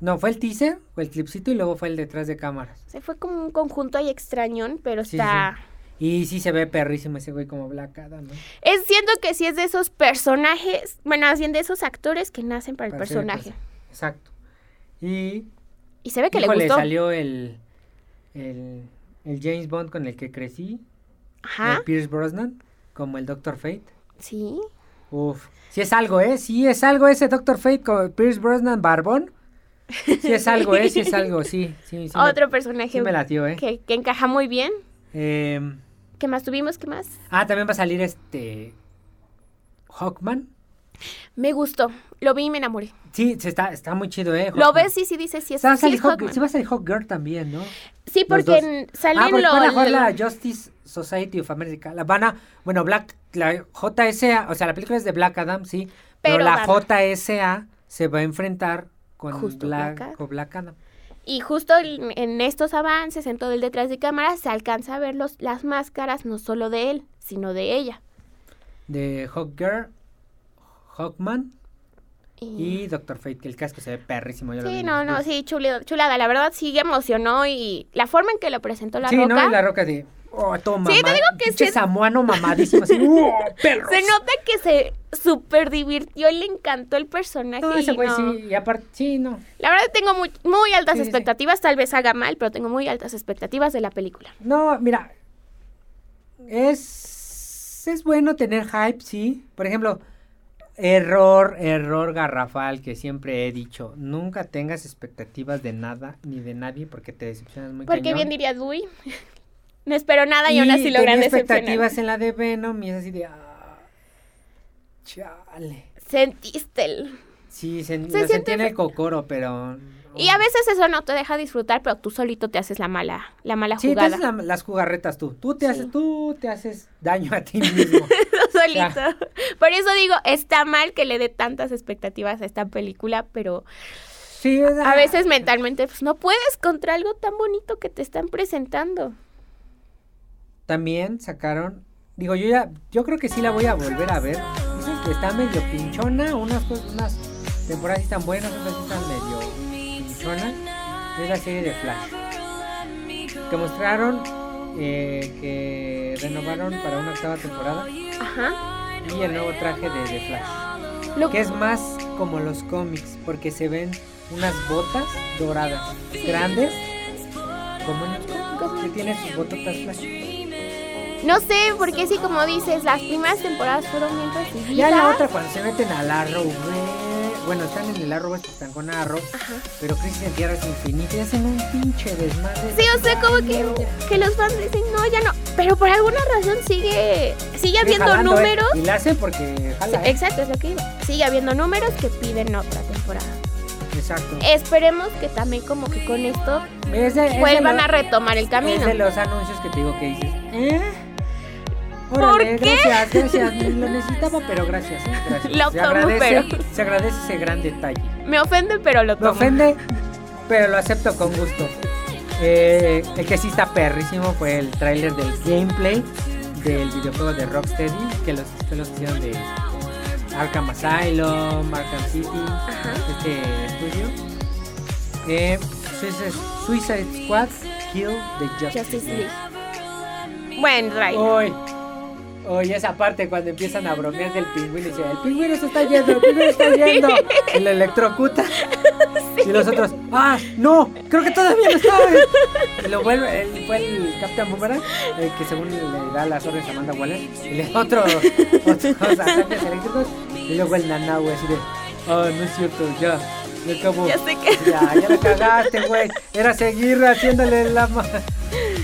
No, fue el teaser, fue el clipcito y luego fue el detrás de cámaras.
O sea, fue como un conjunto ahí extrañón, pero
Sí,
está.
Y sí se ve perrísimo ese güey como Black Adam, ¿no?
Es siento que sí es de esos personajes, bueno, más bien de esos actores que nacen para el
Para ser el
personaje.
perso- Exacto. Y
Y se ve que
híjole,
le gustó.
salió el, el, el James Bond con el que crecí,
Ajá.
el Pierce Brosnan, como el Doctor Fate.
Sí.
Uf, sí es algo, ¿eh? Sí es algo ese Doctor Fate con Pierce Brosnan Barbón. Sí es algo, ¿eh? Sí es algo, sí. sí, sí me-
Otro personaje
sí me latió, ¿eh?
que, que encaja muy bien.
Em,
¿Qué más tuvimos? ¿Qué más?
ah, también va a salir este... Hawkman.
Me gustó. Lo vi y me enamoré.
Sí, se está, está muy chido, ¿eh?
Lo
Hawkman.
ves y sí dices, sí es
Se va a
sí
salir
es
Hawk-
Hawkman.
sí va a salir Hawkgirl también, ¿no?
Sí,
Los
porque
dos.
en-
Ah,
salen
porque
los...
van a jugar la Justice Society of America. La van a, bueno, Black, la JSA, o sea, la película es de Black Adam, sí, pero,
Pero van
la JSA se va a enfrentar con
Justo,
Black,
Black Adam.
con Black Adam.
Y justo en, en estos avances, en todo el detrás de cámara, se alcanza a ver los, las máscaras no solo de él, sino de ella.
De Hawkgirl, Hawkman
Y-
y Doctor Fate, que el casco se ve perrísimo. yo lo vi Pues
Sí,
en
no, no,
YouTube.
sí, chuli- chulada. La verdad sí emocionó y la forma en que lo presentó la
Sí,
roca.
¿no? Y la roca de, oh, toma,
Sí, te digo que
pinche
sí.
samuano mamadísimo, así, "Uh, perros".
Se nota que se súper divirtió y le encantó el personaje.
No, ese
y
güey
no.
sí, y aparte, sí, no.
La verdad tengo muy, muy altas
Sí, sí, sí.
expectativas, tal vez haga mal, pero tengo muy altas expectativas de la película.
No, mira. Es, es bueno tener hype, sí. Por ejemplo, error, error garrafal que siempre he dicho. Nunca tengas expectativas de nada ni de nadie porque te decepcionas muy
Porque
cañón.
bien diría Dewey, no espero nada y aún así
tenía
logran decepcionar.
expectativas en la de Venom y es así de... ah, chale.
Sentiste el...
Sí, se, lo
siente
sentí en
fe-
el cocoro, pero... no.
Y a veces eso no te deja disfrutar, pero tú solito te haces la mala, la mala
Sí, te
jugada.
haces la- las jugarretas tú. Tú te, haces,
Sí.
tú te haces daño a ti mismo.
solito.
Ah.
Por eso digo, está mal que le dé tantas expectativas a esta película, pero
Sí,
a veces mentalmente pues, no puedes contra algo tan bonito que te están presentando.
También sacaron, digo, yo ya, yo creo que sí la voy a volver a ver. Dicen que está medio pinchona, unas cosas, unas temporadas sí están buenas, otras sí están medio pinchona. Es la serie de Flash. Que mostraron eh, que renovaron para una octava temporada
Ajá.
y el nuevo traje de, de Flash.
Lo-
Que es más como los cómics, porque se ven unas botas doradas, grandes, como en los cómics, que tiene sus bototas Flash.
No sé, porque sí, como dices, las primeras temporadas fueron bien recibidas.
Ya la otra cuando se meten al Arrow, güey. Bueno, están en el Arrow, estos están con Arrow.
Ajá.
Pero Crisis en Tierras Infinitas y hacen un pinche desmadre.
Sí, o sea, como que, que los fans dicen, no, ya no. Pero por alguna razón sigue, sigue
Sigue
habiendo
jalando, ¿eh?
números.
Y la hacen porque
Sí,
jala, ¿eh?
Exacto, es lo que digo. Sigue habiendo números que piden otra temporada.
Exacto.
Esperemos que también como que con esto
Mm. Es de- es de
eh, vuelvan
los-
a retomar el
Es
camino.
de los anuncios que te digo que dices. ¿Eh?
¿Por
Órale,
qué?
Gracias, gracias. ni Lo necesitaba, pero gracias. ¿eh? gracias.
Lo
se
tomo,
agradece,
pero-
se agradece ese gran detalle.
Me ofende, pero lo
Me
tomo.
ofende, pero lo acepto con gusto. Eh, el que sí está perrísimo fue el tráiler del gameplay del videojuego de Rocksteady, que los, que los hicieron de, Arkham Asylum, Arkham City,
Ajá.
este estudio. Eh, Suicide, Suicide Squad, Kill the Justice,
Justice
League.
League. Buen trailer.
Uy, uy, esa parte cuando empiezan a bromear del pingüino y dicen, el pingüino se está yendo, el pingüino se está yendo. Y lo electrocuta. Y los otros, ah, no, creo que todavía no está. Y lo vuelve, él fue el Captain Boomerang, el que según le da las órdenes a Amanda Waller. Y le otro, otros ataques eléctricos. Y luego el naná, güey, así de, ah, no es cierto, ya. Ya acabó.
Ya sé que-
Ya, ya la cagaste, güey. Era seguir haciéndole la. ma-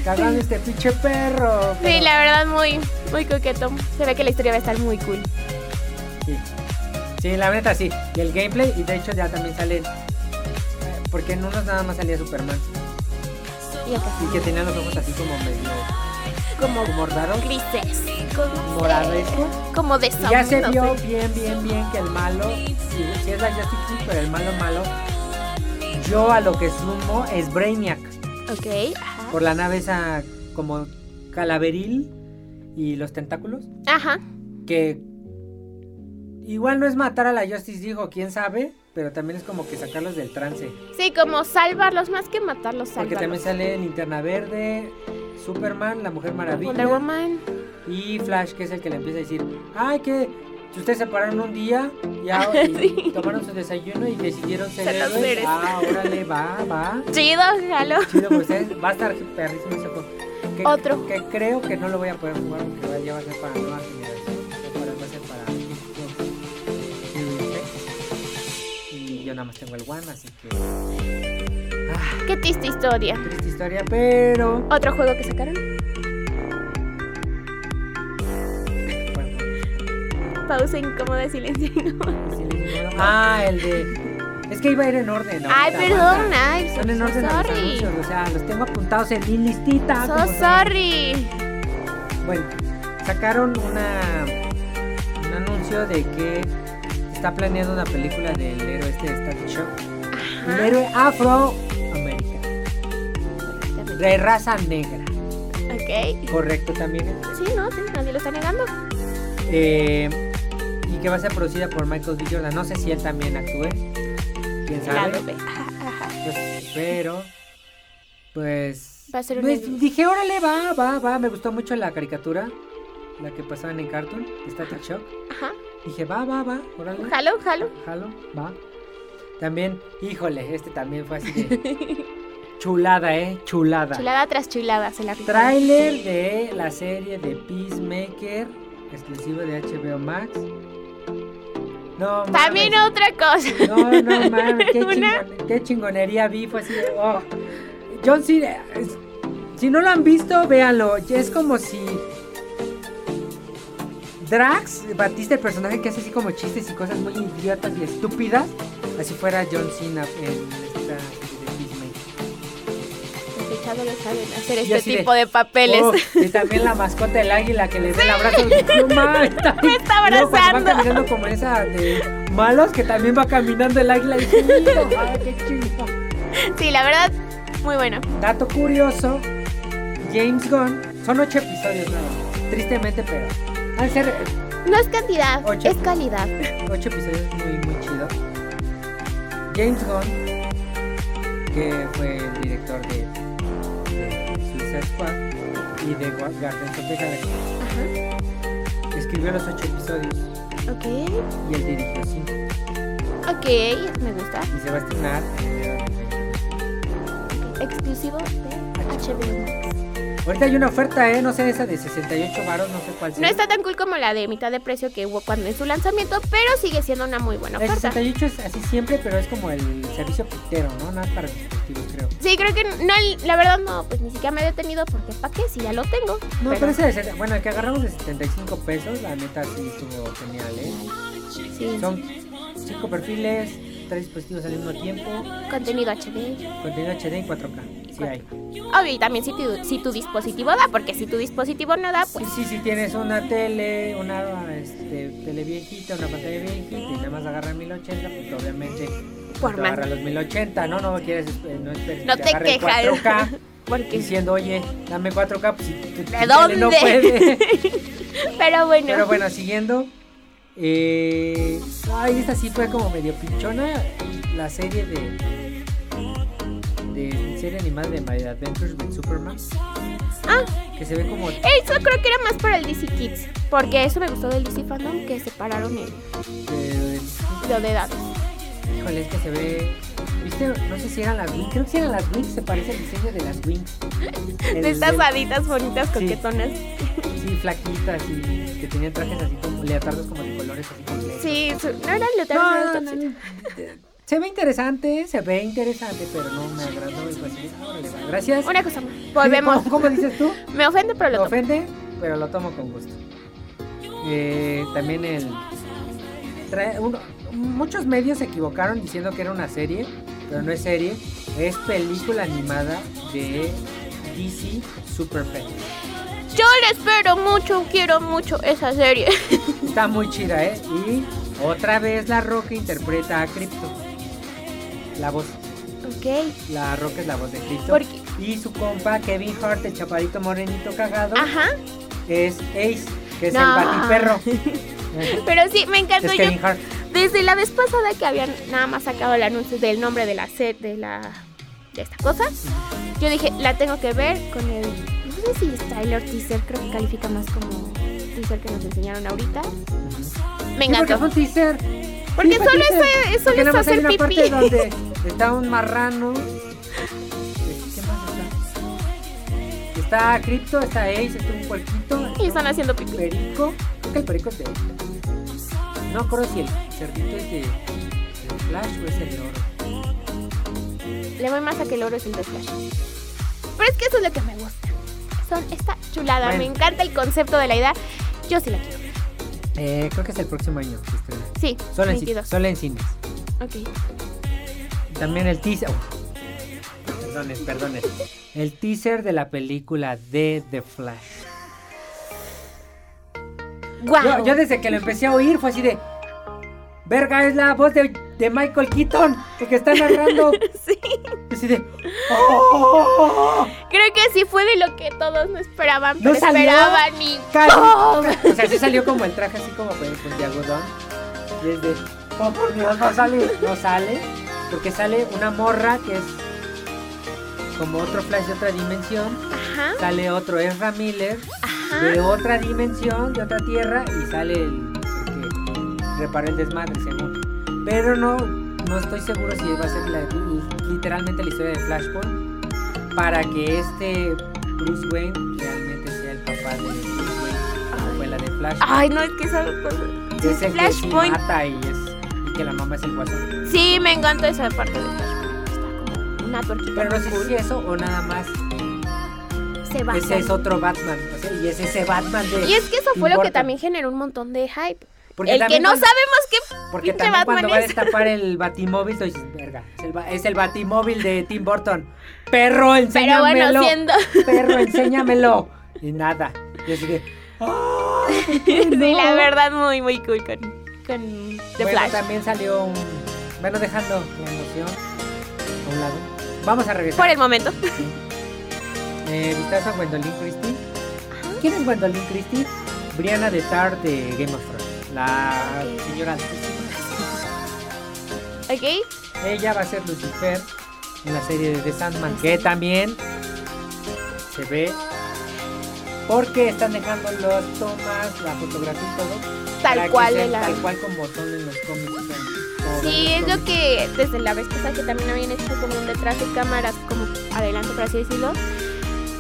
Cagando este pinche perro.
Sí,
pero-
la verdad, muy, muy coqueto. Se ve que la historia va a estar muy cool.
Sí. Sí, la neta sí. Y el gameplay, y de hecho ya también salen. eh, Porque en unos nada más salía Superman.
Y acá,
Y que tenían los ojos así como medio.
como
como raros.
grises. Como
Moradesco.
Como de
Y ya se
no
vio
sé.
bien, bien, bien que el malo. Si, si es la Justice League, pero el malo malo. Yo a lo que sumo es Brainiac.
Ok, ajá.
Por la nave esa como calaveril y los tentáculos.
Ajá.
que igual no es matar a la Justice dijo quién sabe, pero también es como que sacarlos del trance.
Sí, como salvarlos más que matarlos,
Porque también
salvarlos.
sale Linterna Verde, Superman, la Mujer
Wonder
Maravilla
Woman.
y Flash, que es el que le empieza a decir, ay que ustedes se pararon un día y, ahora- y
Sí.
tomaron su desayuno y decidieron ser
Ser los
héroes.
héroes.
Ah, órale, va, va.
Chido, jalo.
Chido por ustedes, va a estar perrísimo ese juego. Que-
Otro.
Que creo que no lo voy a poder jugar porque va- ya va a ser para nueva generación. Ahora va a ser para Xbox Y yo nada más tengo el One, así que. Ah,
Qué triste historia.
triste historia, pero.
Otro juego que sacaron.
bueno,
Pausa incómoda de silencio.
sí les digo, Ah, el de. Es que iba a ir en orden.
Ay,
ahorita,
perdón.
aguanta.
Ay, so
Son en orden los
sorry.
anuncios, o sea, los tengo apuntados en mi listita.
So
como saben.
sorry.
Bueno, sacaron una, un anuncio de que está planeando una película del héroe este de Star Show.
Ajá.
El héroe afroamericano, de raza negra.
Ok.
Correcto también.
Sí, no, sí, nadie lo está negando.
Eh, y que va a ser producida por Michael B. Jordan. No sé si él también actúe. Quién sabe.
Lado B. Ajá, ajá.
Pues, pero, pues.
Va a ser un
pues,
héroe.
Dije, órale, va, va, va. Me gustó mucho la caricatura. La que pasaban en Cartoon, Star Shock.
Ajá.
Dije, va, va, va, órale.
Jalo, jalo.
Jalo, va. También, híjole, este también fue así de. chulada, eh, chulada.
Chulada tras chulada se la rifaron.
Trailer de la serie de Peacemaker, exclusivo de HBO Max. No,
También
mames.
otra cosa.
No, no, mames, qué,
Una-
chingon- qué chingonería vi, fue así de. Oh. John Cena. es- Si no lo han visto, véanlo. Es como si. Drax, Batista, el personaje que hace así como chistes y cosas muy idiotas y estúpidas, así fuera John Cena en esta serie de Peacemaker.
Sospechados lo saben hacer
Y
este
así de-
tipo de papeles.
Oh, y también la mascota del águila que le da el abrazo. No mames, está-
Me está
luego cuando
abrazando.
Va caminando como esa de malos que también va caminando el águila. Y dice, "Hijo, ay, qué chido".
Sí, la verdad, muy bueno.
Dato curioso, James Gunn, son ocho episodios nada más, tristemente, pero al ser eh,
No es cantidad,
Ocho.
es calidad.
ocho episodios muy, muy chido. James Gunn, que fue el director de, de Suicide Squad y de Gua- Guardians of the Galaxy,
Ajá.
escribió los ocho episodios
Ok.
y él dirigió cinco
Ok, me gusta.
y se va a estrenar en enero del 2020.
Exclusivo de HBO Max.
Ahorita hay una oferta, ¿eh? No sé, esa de 68 varos, no sé cuál
No
sea.
está tan cool como la de mitad de precio que hubo cuando en su lanzamiento, pero sigue siendo una muy buena
El
oferta.
68 es así siempre, pero es como el servicio pitero, ¿no? Nada para dispositivos, creo.
Sí, creo que no, la verdad no, pues ni siquiera me he detenido porque ¿para qué? Si ya lo tengo.
No,
Pero-
pero ese de 70 bueno, el que agarramos de 75 pesos, la neta sí estuvo genial, ¿eh?
Sí,
Son 5 perfiles, 3 dispositivos al mismo tiempo,
contenido HD.
contenido HD y 4K. Sí hay.
Obvio, y también si tu, si tu dispositivo da, porque si tu dispositivo no da,
Sí,
pues
sí, sí, tienes una tele, una este, tele viejita, una pantalla viejita y nada más agarra 1080, pues obviamente
Por
te
más.
agarra los 1080, ¿no? No quieres, eh, no esperes
no
que
te
agarre el
quejas.
4K.
Porque,
diciendo, oye, dame 4K, pues si tu- tu
¿De
tele no
dónde?
puede.
pero bueno,
Pero bueno, siguiendo, Eh, ay, esta sí fue como medio pinchona. La serie de. de serie animada de My Adventures with Superman.
Ah.
Que se ve como.
Eso creo que era más para el DC Kids. Porque eso me gustó del DC Fandom, que separaron el,
eh,
lo de edad.
híjole, es que se ve. ¿Viste? No sé si eran las Wings. Creo que si eran las Wings. Se parece al diseño de las Wings. El-
De estas
del-
haditas bonitas,
Sí.
coquetonas.
Sí, flaquitas y que tenían trajes así como leotardos como de colores así completos.
Sí, su- no eran
No,
leotardos.
no,
eran
no, no. Se ve interesante, se ve interesante, pero no me agradó. y fue así, "Órale, va". Gracias.
Una cosa más. Volvemos.
¿Cómo, cómo dices tú?
Me ofende, pero lo
Me
tomo.
ofende, pero lo tomo con gusto. Eh, también el... trae- uno- muchos medios se equivocaron diciendo que era una serie, pero no es serie. Es película animada de DC Super Pets.
Yo la espero mucho, quiero mucho esa serie.
Está muy chida, ¿eh? Y otra vez La Roca interpreta a Crypto. La voz.
Ok.
La Roca es la voz de Crypto.
Porque.
Y su compa Kevin Hart, el chaparito morenito cagado,
Ajá.
es Ace, que es
Ah. No.
el batiperro.
Pero sí, me encantó.
es
Yo
Kevin Hart.
Desde la vez pasada que habían nada más sacado el anuncio del nombre de la set de la de esta cosa, yo dije, la tengo que ver con el no sé si es trailer teaser, creo que califica más como teaser que nos enseñaron ahorita. Me
Sí, porque
encantó.
fue un teaser.
Porque
Sí, fue
solo
teaser.
es- es- solo
Porque
es
nada más hay
hacer
una
pipí.
parte donde está un marrano. Este, ¿Qué más está? Está Crypto, está Ace, está un puerquito.
Y están haciendo pipí.
perico. Creo que el perico es de. No creo si el cerdito es de. de Flash o es el de oro.
Le voy más a que el oro es el de Flash. Pero es que eso es lo que me gusta. Son esta chulada.
Bueno.
Me encanta el concepto de la idea. Yo sí la quiero.
Eh, creo que es el próximo año que estrena.
Sí,
Solo en, ci-
22.
solo en cines.
Ok.
También el teaser. Uf. Perdonen, perdonen. El teaser de la película de The Flash.
Guau.
Yo, yo desde que lo empecé a oír fue así de. Verga, es la voz de, de Michael Keaton, el que está narrando.
Sí.
Así de. "Oh".
Creo que sí fue de lo que todos no esperaban,
¿No
pero
salió?
esperaban y
Casi.
¡pum!
O sea, sí salió como el traje así como pues, pues, de algodón. Desde, oh por Dios, no sale. No sale, porque sale una morra que es como otro flash de otra dimensión.
Ajá,
Sale otro Ezra Miller
ajá.
de otra dimensión, de otra tierra. Y sale el, el que reparó el desmadre, según. Pero no, no estoy seguro si va a ser la- literalmente la historia de Flashpoint. Para que este Bruce Wayne realmente sea el papá de Bruce Wayne, como fue la de Flash.
Ay, no, es que esa cosa.
Y es el que sí
Ah, Flashpoint.
mata y, es, y que la mamá es el guasón.
Sí, me encantó esa parte de Flashpoint. Está como una tuerquita
Pero no
muy
sé
cool.
si eso o nada más.
se va.
Ese es otro Batman. o sea, y es ese Batman de.
Y es que eso fue lo que
Burton.
también generó un montón de hype.
Porque
el que
también
no
cuando-
sabemos qué
Porque
pinche
también cuando
Batman
va a
es.
destapar el batimóvil, tú dices, verga, es el, ba- es el batimóvil de Tim Burton. Perro,
Pero
enséñamelo.
bueno, siendo.
Perro, enséñamelo. Y nada. Y así que. "Ah, ¿por qué
Sí, la
no?".
verdad, muy, muy cool con, con The
Bueno,
Flash.
también salió un. Bueno, dejando la emoción a un lado. Vamos a regresar.
Por e- el momento.
Eh, vistazo a Gwendolyn Christie. ¿Quién es Gwendolyn Christie? Brianna de Tar de Game of Thrones. La
Ok.
señora altísima.
¿Ok?
Ella va a ser Lucifer en la serie de The Sandman, que también se ve. Porque están dejando los tomas, la fotografía y todo. para
Tal
que
cual
sea
de la.
Tal cual como son en los cómics. o sea, como
Sí,
en
es
los
lo
cómics.
que desde la vez pasada que también habían hecho como un detrás de cámaras, como adelante, por así decirlo,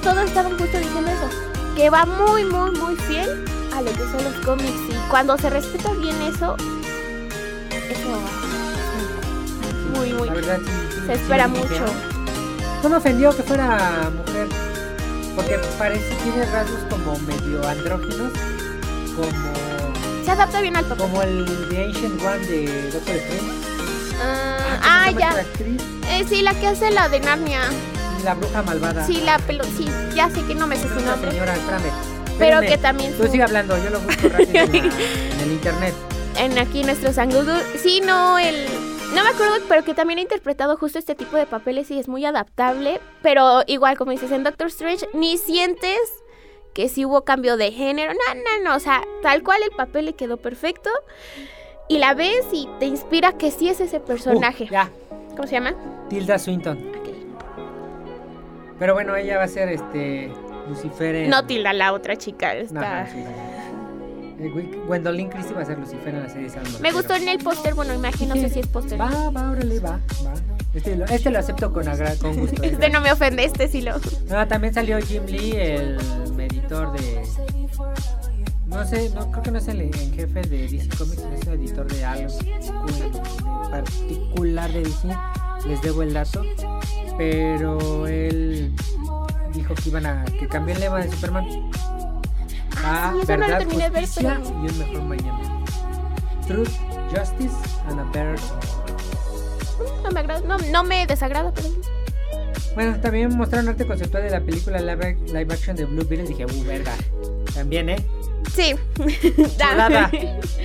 todos estaban justo diciendo eso, que va muy, muy, muy fiel a lo que son los cómics y cuando se respeta bien eso, eso va. Muy, muy.
La verdad, sí, sí,
Se
sí,
espera
sí,
mucho.
No me ofendió que fuera mujer, porque parece tiene rasgos como medio andróginos, como,
Se adapta bien al papel.
como el The Ancient One de Doctor Strange.
Ah,
¿cómo
ah,
se llama esta
ya.
actriz?
Eh, sí, la que hace la de Narnia.
Y La bruja malvada.
Sí, la pelo. Sí, ya sé que no me sé su
Esta
nombre.
señora, espérame.
Pero
espérame.
que también.
Tú
su-
sigue hablando, yo lo busco rápido en, la- en el internet.
en aquí nuestros angudus. Sí, no, el. No me acuerdo, pero que también ha interpretado justo este tipo de papeles y es muy adaptable. Pero igual, como dices, en Doctor Strange ni sientes que si hubo cambio de género. No, no, no. O sea, tal cual el papel le quedó perfecto. Y la ves y te inspira que sí es ese personaje.
Uh, ya,
¿Cómo se llama?
Tilda Swinton. Pero bueno, ella va a ser este Lucifer en...
No tilda la otra chica.
No,
Está...
ajá, sí, sí, sí. Eh, Gwen- Gwendolyn Christie va a ser Lucifer en la serie San
Me
Martino.
gustó en el póster, bueno, imagino, no sé si es póster.
Va, va, órale, va, va. Este lo, este lo acepto con, agra- con gusto. eh,
Este no me ofende, este sí lo.
Ah, también salió Jim Lee, el editor de. No sé, no creo que no es el, el jefe de DC Comics, es el editor de algo en particular de DC. Les debo el dato, pero él dijo que iban a que cambié el lema de Superman.
Ah, sí, eso no lo terminé de ver,
justicia
pero-
y un mejor mañana. Truth, justice and a better tomorrow.
No me agrada, no, no me desagrada, pero.
Bueno, también mostraron arte conceptual de la película live, live action de Blue Beetle. Dije, uh, verga. También, ¿eh?
Sí.
Chulada.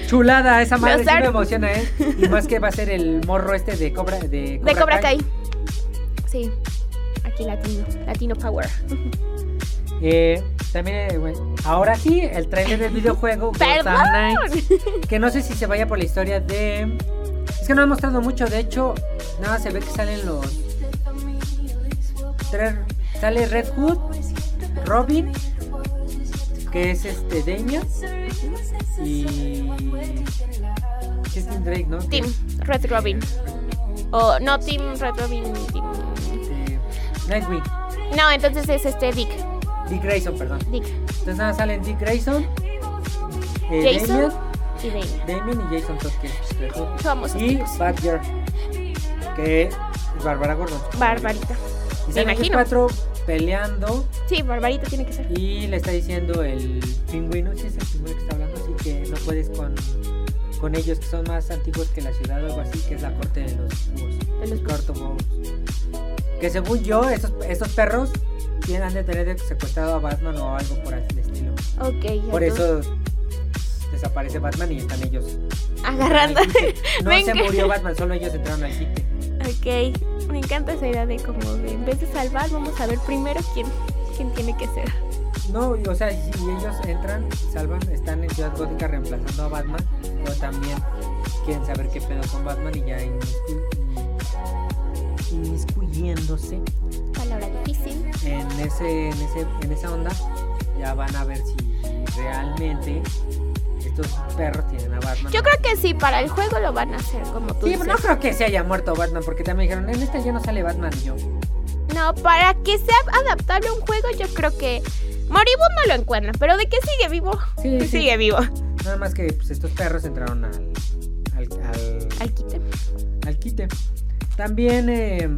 Chulada, esa madre
Los
sí me
ar-
emociona, ¿eh? Y más que va a ser el morro este de Cobra, de
De Cobra Kai. Sí. Aquí latino, latino power.
Eh, también, eh, bueno, ahora sí, el trailer del videojuego Gotham
Perdón.
Knights, que no sé si se vaya por la historia de... Es que no ha mostrado mucho, de hecho, nada, se ve que salen los... tres- Sale Red Hood, Robin, que es este Damian, y... Justin Drake, ¿no?
Team Red Robin. O no Team Red Robin, Team.
Este, Nightwing,
No, entonces es este Dick.
Dick Grayson, perdón.
Dick
Entonces nada, salen Dick Grayson, eh,
Jason. y Dane.
Damian, Damian y Jason Todd, que es Red Hood.
Somos esos
y
tipos.
Batgirl, que es Bárbara Gordon.
Barbarita.
Y
me
salen ellos
imagino.
cuatro peleando
Sí, Barbarita tiene que ser.
y le está diciendo el pingüino, sí es el pingüino que está hablando, así que no puedes con, con ellos que son más antiguos que la ciudad o algo así, que es la corte de los búhos.
De los
corto Que según yo, estos, estos perros tienen han de tener secuestrado a Batman o algo por el estilo.
Ok, ya
Por
tú.
eso desaparece Batman y están ellos.
Agarrando.
Ahí dice, No
Me
se
encanta.
murió Batman, solo ellos entraron al sitio.
Ok, me encanta esa idea de como de, en vez de salvar, vamos a ver primero quién, quién tiene que ser.
No, y, o sea, si ellos entran, salvan, están en Ciudad Gótica reemplazando a Batman, pero también quieren saber qué pedo con Batman y ya inmiscu- inmiscuyéndose
Palabra difícil.
en, ese, en, ese, en esa onda, ya van a ver si realmente estos perros tienen a Batman.
Yo creo que sí, para el juego lo van a hacer como tú
Sí, pero
dices.
no creo que se haya muerto Batman, porque también dijeron, en esta ya no sale Batman y yo.
No, para que sea adaptable a un juego, yo creo que moribundo lo encuentra, pero de que sigue vivo.
Sí, sí.
Sigue vivo.
Nada más que pues, estos perros entraron al, al, al,
Al quite.
al quite. También eh,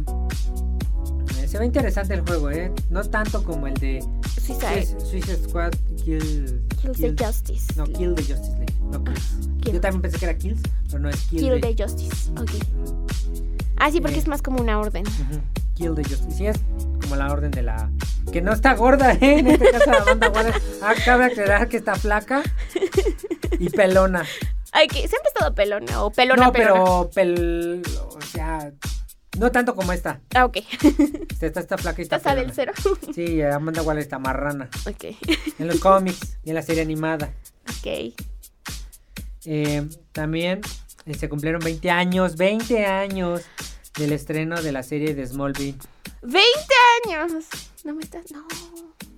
eh, se ve interesante el juego, ¿eh? No tanto como el de
Sí, sabes.
Swiss- Suicide Squad Kill...
Kill the Justice. Ah,
no, Kill de Justice League. No, Kills.
Kill.
Yo también pensé que era Kills, pero no es Kill,
Kill
de-
the Justice. Ok. Ah, sí, porque es más como una orden.
Ujú. Kill the Justice. Sí, es como la orden de la. Que no está gorda, ¿eh? En este caso, la banda Waller. Acaba de aclarar que está flaca y pelona.
Ok, siempre ha estado pelona o pelona,
no,
pelona.
pero. Pel... O sea. No tanto como esta.
Ah, ok.
Esta está, está flaca y está.
Estás al del
pelona.
cero.
Sí, Amanda Waller está marrana.
ok.
En los cómics y en la serie animada.
Ok.
Eh, también eh, se cumplieron 20 años, 20 años del estreno de la serie de Smallville.
20 años. No me estás. No.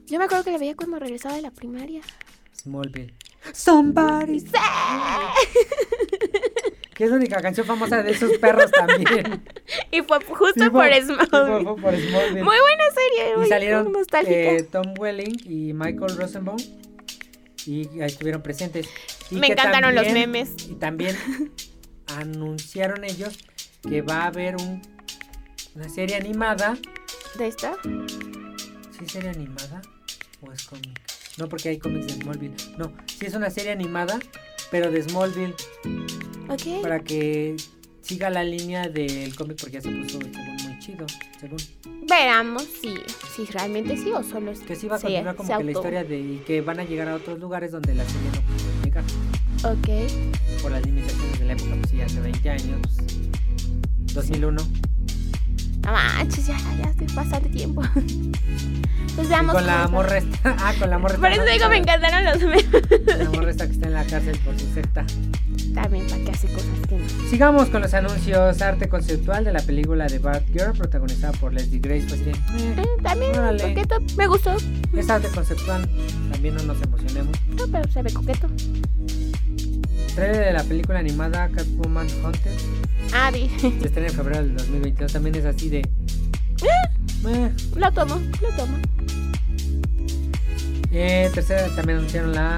Yo me acuerdo que la veía cuando regresaba de la primaria.
Smallville. Somebody.
¡Sí!
Que es la única canción famosa de esos perros también.
Y fue justo
Sí,
por
sí,
Smallville.
fue por Smallville.
Muy buena serie,
Y
muy
salieron
nostálgica.
eh, Tom Welling y Michael Rosenbaum. Y ahí estuvieron presentes. Y
Me
que
encantaron los memes.
Y también anunciaron ellos que va a haber un- una serie animada.
¿De esta?
¿Sí es serie animada? ¿O es cómic? No, porque hay cómics de Smallville. No, sí es una serie animada, pero de Smallville.
Ok.
para que siga la línea del cómic porque ya se puso según muy chido, según
Veramos si, si realmente sí o solo es
que sí va a
se-
continuar como
se
que la
auto-
historia de y que van a llegar a otros lugares donde la serie no pudo llegar
Ok.
por las limitaciones de la época, pues sí, hace 20 años, pues, 2001.
No manches, ya, ya estoy pasando tiempo. Pues
Y
veamos.
con la
cómo está.
morra esta. Ah, con la morra esta.
Por eso
no,
digo, me
con la-
encantaron los memes.
con La morra esta que está en la cárcel por su secta.
También, para que hace cosas que no.
Sigamos con los anuncios. Arte conceptual de la película de Bad Girl, protagonizada por Leslie Grace. Pues, de, eh,
Eh, También,
Órale.
coqueto. Me gustó.
es arte conceptual. También no nos emocionemos.
No, pero se ve coqueto.
Trailer de la película animada Catwoman Hunter.
Ah, vi.
Se estrena en febrero del 2022. También es así de. Eh.
Lo tomo, lo tomo.
Eh, tercera, también anunciaron la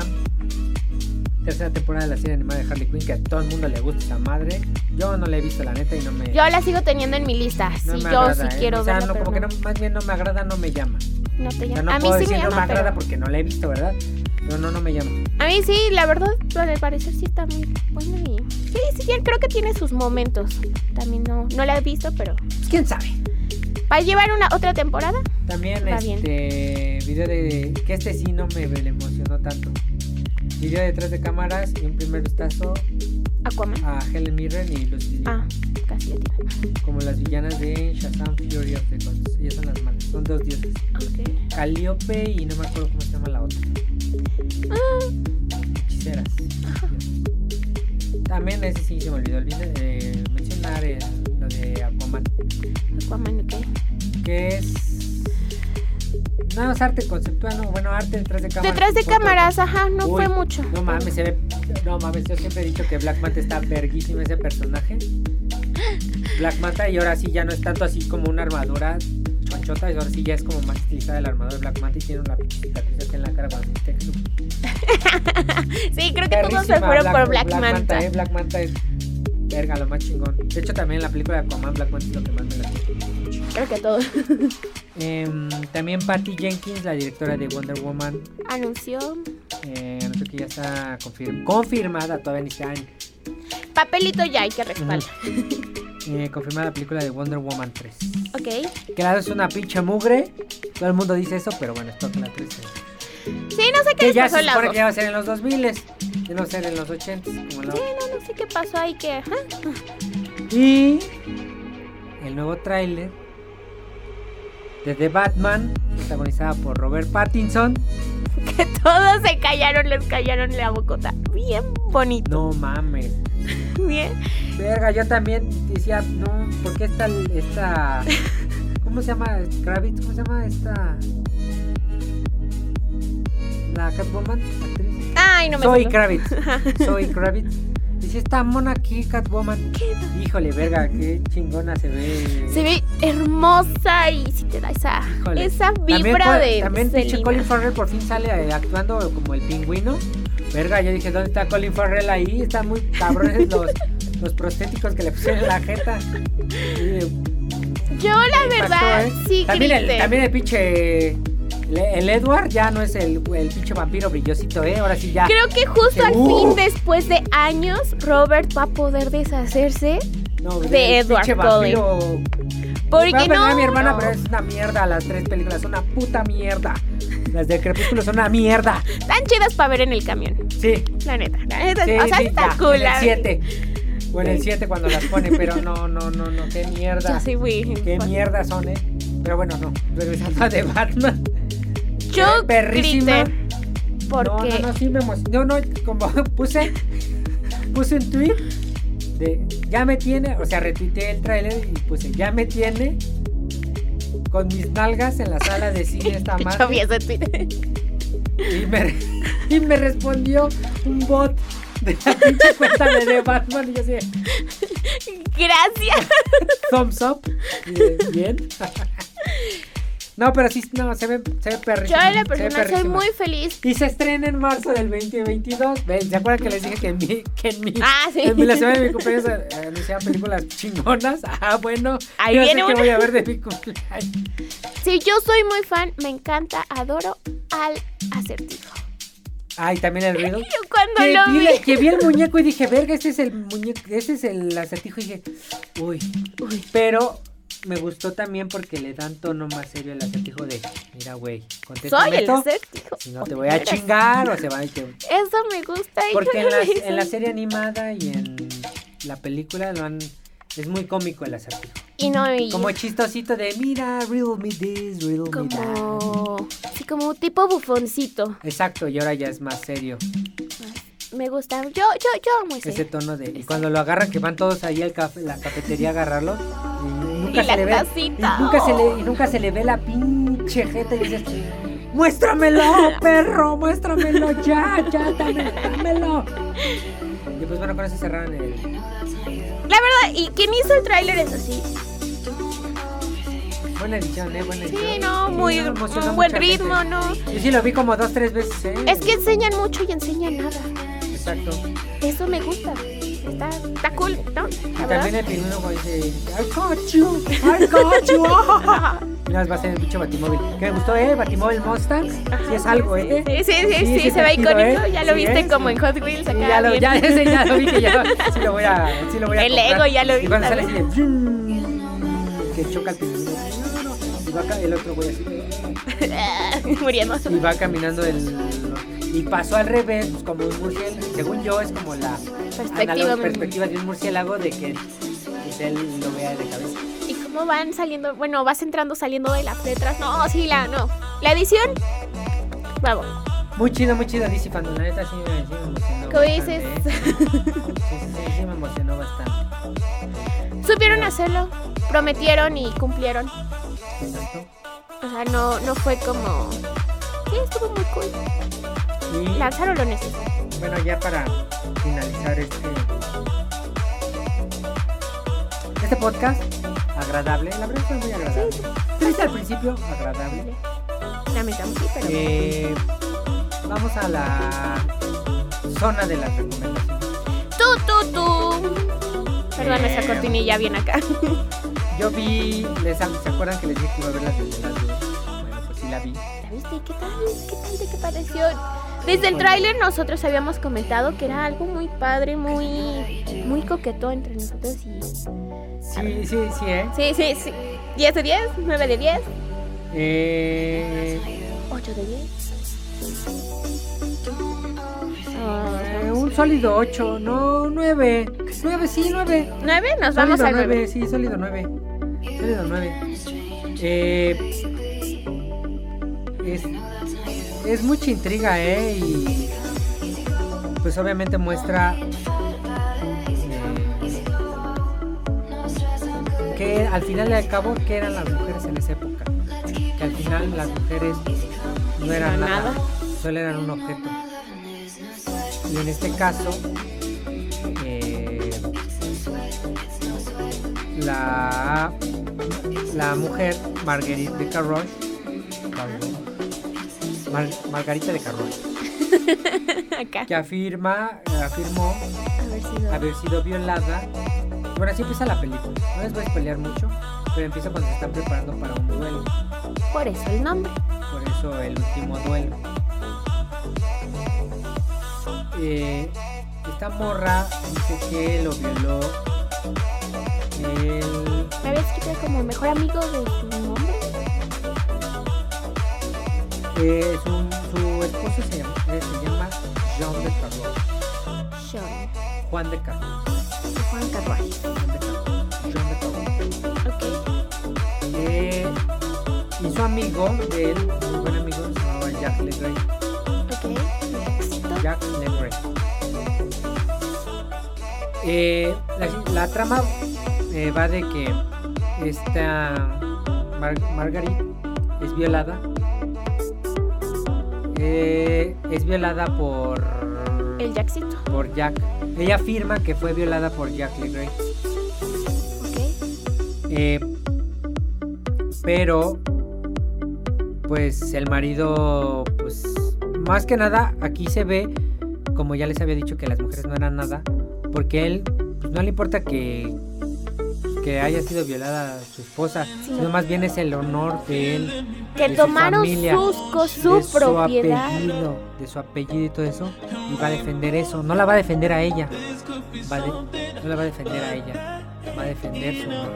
tercera temporada de la serie animada de Harley Quinn, que a todo el mundo le gusta esa madre. Yo no la he visto, la neta, y no me.
Yo la sigo teniendo en mi lista.
no
sí,
me
yo
agrada,
sí
¿eh?
quiero
O sea,
verla,
no,
pero
como que
no,
no, más bien no me agrada, no me llama.
no te
O sea,
llama.
no
a mí
puedo
sí me
decir no me
llama,
agrada
pero...
porque no la he visto, ¿verdad? Pero no, no me llama.
A mí sí, la verdad, al parecer sí está muy buena y... Sí, sí, ya creo que tiene sus momentos. También no, no la he visto, pero...
Pues, quién sabe.
¿Va a llevar una otra temporada?
También
Va bien.
este video de. que este sí no me le emocionó tanto. Video detrás de cámaras y un primer vistazo
Aquaman.
a Helen Mirren y Lucy Liu.
Ah, casi la tiene.
como las villanas de Shazam Fury of the Gods. Ellas son las malas, son dos dioses.
Ok.
Calíope y no me acuerdo cómo se llama la otra. Hechiceras. También ese sí se me olvidó, olvidé eh, mencionar eh, lo de Aquaman,
Aquaman, ok.
que es... No, es arte conceptual, no, bueno, arte detrás de cámaras.
Detrás de
Foto.
cámaras, ajá, no
Uy,
fue mucho.
No mames, se ve... No mames, yo siempre he dicho que Black Manta está verguísimo ese personaje. Black Manta y ahora sí ya no es tanto así como una armadura chonchota, y ahora sí ya es como más estilizada la armadura de Black Manta y tiene una pinche cicatriz aquí en la cara cuando viste que su-
Sí, creo que todos se
perrísima
fueron por Black, Manta.
eh, Black Manta es verga, lo más chingón. De hecho, también en la película de Aquaman, Black Manta es lo que más me la
Creo que todos.
También Patty Jenkins, la directora de Wonder Woman,
Anunció
eh, anunció que ya está confirm- confirmada, todavía ni está en-
papelito ya hay que respalda.
eh, confirmada la película de Wonder Woman 3.
Ok.
Que la dos es una pinche mugre. Todo el mundo dice eso, pero bueno, espero que la 3 sea.
Sí, no sé qué
Que
les
ya
pasó
se
a las
supone
dos.
que ya va a ser en los 2000 Ya no va a ser en los 80s, como la otra.
No, no sé qué pasó ahí que. ajá.
Y el nuevo tráiler de The Batman, protagonizada por Robert Pattinson.
Que todos se callaron, les callaron la bocota. Bien bonito,
No mames.
bien.
Verga, yo también decía, no, ¿por qué esta... esta ¿Cómo se llama? Kravitz, ¿cómo se llama esta... La Catwoman, actriz.
Ay, no me
Soy
acuerdo.
Kravitz. Soy Kravitz. Dice, esta mona aquí, Catwoman. Híjole, verga, qué chingona se ve.
Se ve hermosa y si te da esa,
Híjole.
esa
También
vibra
fue-
de.
También pinche
Selena.
Colin Farrell por fin sale eh, actuando como el pingüino. Verga, yo dije, ¿dónde está Colin Farrell ahí? Están muy cabrones los, los prostéticos que le pusieron en la jeta. Sí,
Yo, la
impactó,
verdad,
¿eh?
sí
también
grité.
el, también el pinche... le- El Edward ya no es el, el pinche vampiro brillosito, ¿eh? Ahora sí ya.
Creo que justo al
Uh.
fin, después de años, Robert va a poder deshacerse.
no,
de
el pinche
Edward
vampiro- Voy a
Porque
perdonar
no.
a mi hermana, pero es una mierda. Las tres películas son una puta mierda. Las de Crepúsculo son una mierda.
Tan chidas para ver en el camión,
Sí,
la neta. La neta.
Sí,
o sea,
sí,
está
ya,
cool.
En el
la-
7. O en el 7 cuando las pone, pero no, no, no, no, qué mierda.
Yo sí fui.
Qué mierda son, eh. Pero bueno, no. Regresando a The Batman.
Yo
qué perrísima.
grité. Porque.
No, no, no, sí me emocionó. No, no, como puse, puse un tweet de ya me tiene, o sea, retuiteé el tráiler y puse ya me tiene con mis nalgas en la sala de cine esta
Yo vi
madre.
ese tweet.
Y me, y me respondió un bot de la pinche cuenta de The Batman y yo así de,
Gracias.
thumbs up. Bien. bien. no, pero sí, no, se ve, se ve
Yo
perrísima,
a la
se ve
persona soy
perrísima.
muy feliz.
Y se estrena en marzo del 2022. Ven, ¿Se acuerdan que les dije que en mi, que en mi,
Ah, sí.
en mi- la semana de Eh, mi cumpleaños eh, anunciaban películas chingonas? Ah, bueno.
Ahí
yo
viene
sé qué
una.
voy a ver de mi cumpleaños.
Sí, yo soy muy fan, me encanta, adoro al acertijo.
Ay, también el ruido.
Yo cuando
Que
lo
vi,
vi.
la- que vi el muñeco y dije, verga, este es el muñeco, este es el acertijo. Y dije, uy,
Uy,
Pero me gustó también porque le dan tono más serio al acertijo de, mira, güey, contéstame
soy el
esto,
acertijo.
Si no te voy a chingar o se va a... te-
Eso me gusta. y
Porque
no
en la,
me hizo-
en la serie animada y en la película lo han... Es muy cómico el acertijo.
Y no, y
Como chistosito de mira, real me this, real me that.
como, sí, como un tipo bufoncito.
Exacto, y ahora ya es más serio.
Me gusta. Yo, yo, yo amo ese.
Ese tono de. Y cuando lo agarran, que van todos ahí al café, la cafetería a agarrarlo. Y nunca
Y
se
la
le ve.
tacita. Oh.
Y nunca, se le, y nunca se le ve la pinche jeta. Y dices, ¡Muéstramelo, perro! ¡Muéstramelo! ¡Ya, ya! ¡Dame, dámelo! Y pues bueno, con eso cerraron el.
La verdad, y quien hizo el tráiler es así.
Buena edición, ¿eh? Buena edición.
Sí, no, muy
no, emocionó
un buen
mucha
ritmo,
gente.
¿no?
Yo sí lo vi como dos, tres veces, ¿eh?
Es que enseñan mucho y enseñan nada.
Exacto.
Eso me gusta. Está, está cool, ¿no? La
Y
verdad.
también el pingüino como dice, I caught you, I caught you. Y nada más va a ser el bicho Batimóvil. Que me gustó, ¿eh? Batimóvil Mustang. Sí es algo, ¿eh?
Sí, sí, sí,
Sí,
sí,
sí,
se ve
sí, lo
icónico.
es,
Ya lo
sí
viste
es.
como en Hot Wheels
Sí,
acá.
ya, lo,
bien.
ya, ese ya lo vi que ya lo- sí lo voy a, sí lo voy a
El
comprar.
Lego ya lo vi
Y cuando sale así
también.
de, "Vroom", que choca el pingüino. no, no, no. Y va acá, el otro güey así.
Muriendo.
Y va caminando el... Y pasó al revés, pues, como un murciélago. Según yo, es como la
Perspectiva. mm.
análoga- perspectiva de un murciélago de que pues, él lo vea de cabeza.
¿Y cómo van saliendo? Bueno, vas entrando, saliendo de las letras. No, sí, la, no. La edición. Vamos.
Muy chido, muy chido DC Fandom, la neta sí, me- sí me
¿Cómo
emocionó bastante,
dices?
¿eh? Sí, sí, sí, sí me emocionó bastante.
Supieron hacerlo. Prometieron y cumplieron.
Exacto.
O sea, no, no fue como. Sí, estuvo muy cool.
Y
Lanzaron lo necesario.
bueno, ya para finalizar este este podcast agradable, la verdad fue muy agradable. Triste al principio, agradable.
Lamentamos, sí, pero.
Eh, vamos a la zona de las recomendaciones.
Tú, tú, tú. Perdón,
Eh.
esa cortinilla bien acá.
Yo vi, les, ¿se acuerdan que les dije que iba a ver las de las de- Bueno, pues sí la vi.
¿La viste? ¿Qué tal? ¿Qué tal? ¿De qué pareció? Desde el tráiler nosotros habíamos comentado que era algo muy padre, muy, muy coqueto entre nosotros y...
Sí, sí, sí, ¿eh?
Sí, sí, sí. 10 de 10, 9 de 10,
Eh,
8 de 10.
eh, un sólido 8, no 9. 9, sí, 9.
9, nos
Sólido
Pues vamos al
9,
9.
sí, sólido 9. Sólido 9. Eh, es, es mucha intriga, ¿eh? Y pues obviamente muestra eh, que al final y al cabo, ¿qué eran las mujeres en esa época? Que al final las mujeres no eran
No,
nada,
nada.
solo eran un objeto. Y en este caso, eh, la, la mujer Marguerite de Carroll, Carroll, Mar- Margarita de Carroll,
Acá.
que afirma, afirmó
A ver si no.
haber sido violada. Bueno, así empieza la película. No les voy a spoilear mucho, pero empieza cuando se están preparando para un duelo.
Por eso el nombre.
Por eso el último duelo. Eh, esta morra dice que lo violó el.
Me había escrito como mejor amigo de tu nombre.
eh, su, su esposo se llama, eh, se llama John de Carlos.
Sean.
Juan de Carlos.
Juan Carruaje.
Juan de Carlos. John de Carlos.
Ok.
Eh, y su amigo de él, su buen amigo, se llamaba Jack LeGrey.
Ok. Éxito.
Jack LeGrey. Eh, la, la trama eh, va de que esta Mar- Margaret es violada. Eh, es violada por
El Jackcito.
por Jack. Ella afirma que fue violada por Jack LeGrey.
Ok.
Eh, pero, pues el marido, pues más que nada, aquí se ve, como ya les había dicho, que las mujeres no eran nada, porque él pues, no le importa que, que haya sido violada su esposa,
Sí.
sino más bien es el honor de él,
Que
de su
tomaron
familia,
sus cos-
de
su propiedad.
apellido, de su apellido y todo eso, y va a defender eso, no la va a defender a ella, va a de- no la va a defender a ella, va a defender su honor.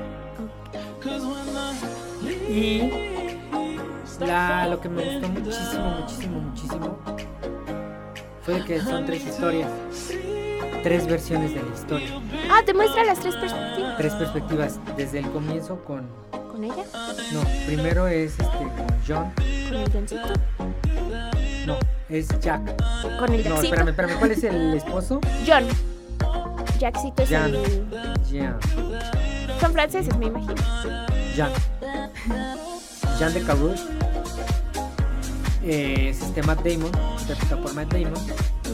Y la, lo que me gustó muchísimo, muchísimo, muchísimo fue que son tres historias. tres versiones de la historia,
Ah, te muestra las tres perspectivas.
tres perspectivas, desde el comienzo con...
Con ella,
No, primero es este, con John,
con el Johncito,
no, es Jack.
con el
No,
Jackcito.
espérame, espérame, ¿cuál es el esposo?
John. Jackcito es
Jan.
el.
Jean,
Son franceses, me imagino.
Jean. Jean de Carrouge. Eh, es este Matt Damon, interpretado por Matt Damon.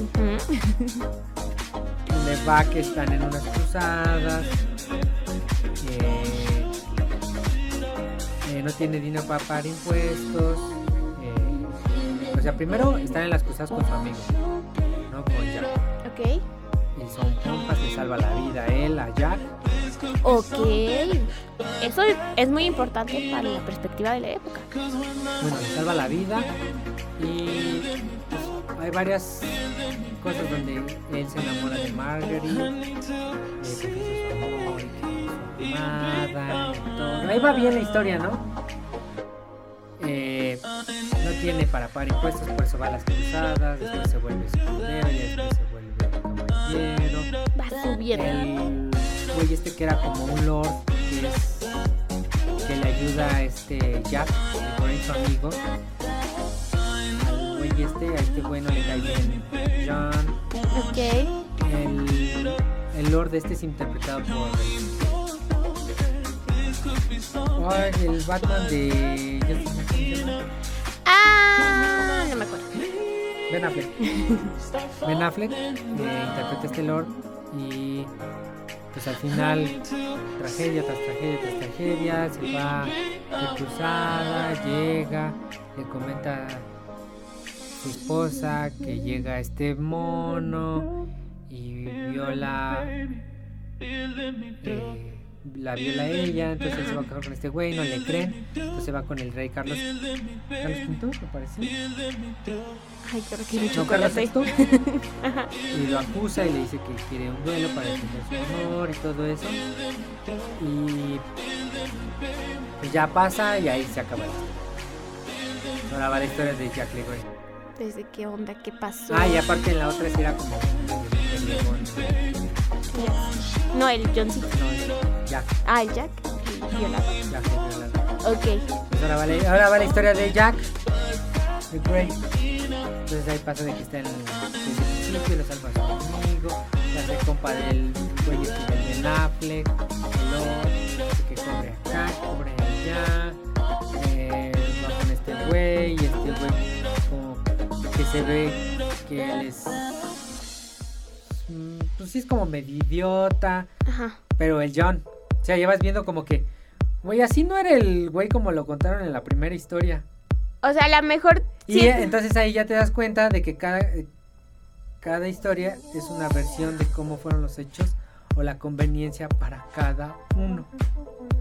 Ujú.
donde va que están en unas cruzadas, que, eh, no tiene dinero para pagar impuestos. eh, o sea, primero están en las cruzadas con su amigo, ¿no? Con Jack.
Ok.
Y son compas, le salva la vida a él, a Jack.
Ok. Eso es muy importante para la perspectiva de la época.
Bueno, le salva la vida. Y pues, hay varias cosas donde él se enamora de Marguerite. eh, que es su amor, que es su amada, y todo. Ahí va bien la historia, ¿no? Eh, no tiene para pagar impuestos, por eso va a las cruzadas, después se vuelve escudero y después se vuelve caballero.
Va subiendo.
El güey este que era como un lord que es que le ayuda a este Jack, por ahí su amigo. Al güey este, a este bueno le cae bien John.
Ok.
El, el lord este es interpretado por Ay, el Batman de Justice League.
Ah, no me acuerdo.
Ben Affleck. ben Affleck eh, interpreta a este Lord y pues al final tragedia tras tragedia tras tragedia, se va de cruzada, llega, le comenta a su esposa que llega este mono y viola eh, la viola ella, entonces él se va a casar con este güey, no le creen, entonces se va con el rey Carlos Carlos V, me parece.
Ay, creo que me
Choca
chocolate.
esto y lo acusa y le dice que quiere un duelo para defender su honor y todo eso. Y pues ya pasa y ahí se acaba la historia. Ahora va la historia de Jack Legoy.
Desde qué onda, qué pasó.
Ah, y aparte en la otra sí era como el león,
Ya. No, el Johncito.
no, el Jack,
Ah, el Jack. el violador.
Jack el violador.
Ok.
Pues ahora, va la, ahora va la historia de Jack the Grey. Entonces ahí pasa de que está en el principio, lo salva a su amigo, se hace compa del güey este del Ben Affleck, el otro, dice que cobre acá, cobre allá, eh, va con este güey, y este güey como que se ve que él es, mm, pues sí es como medio idiota,
Ajá.
pero el John, o sea, llevas viendo como que, güey, así no era el güey como lo contaron en la primera historia.
O sea, la mejor.
Y
sí,
eh, entonces ahí ya te das cuenta de que cada, eh, cada historia es una versión de cómo fueron los hechos o la conveniencia para cada uno.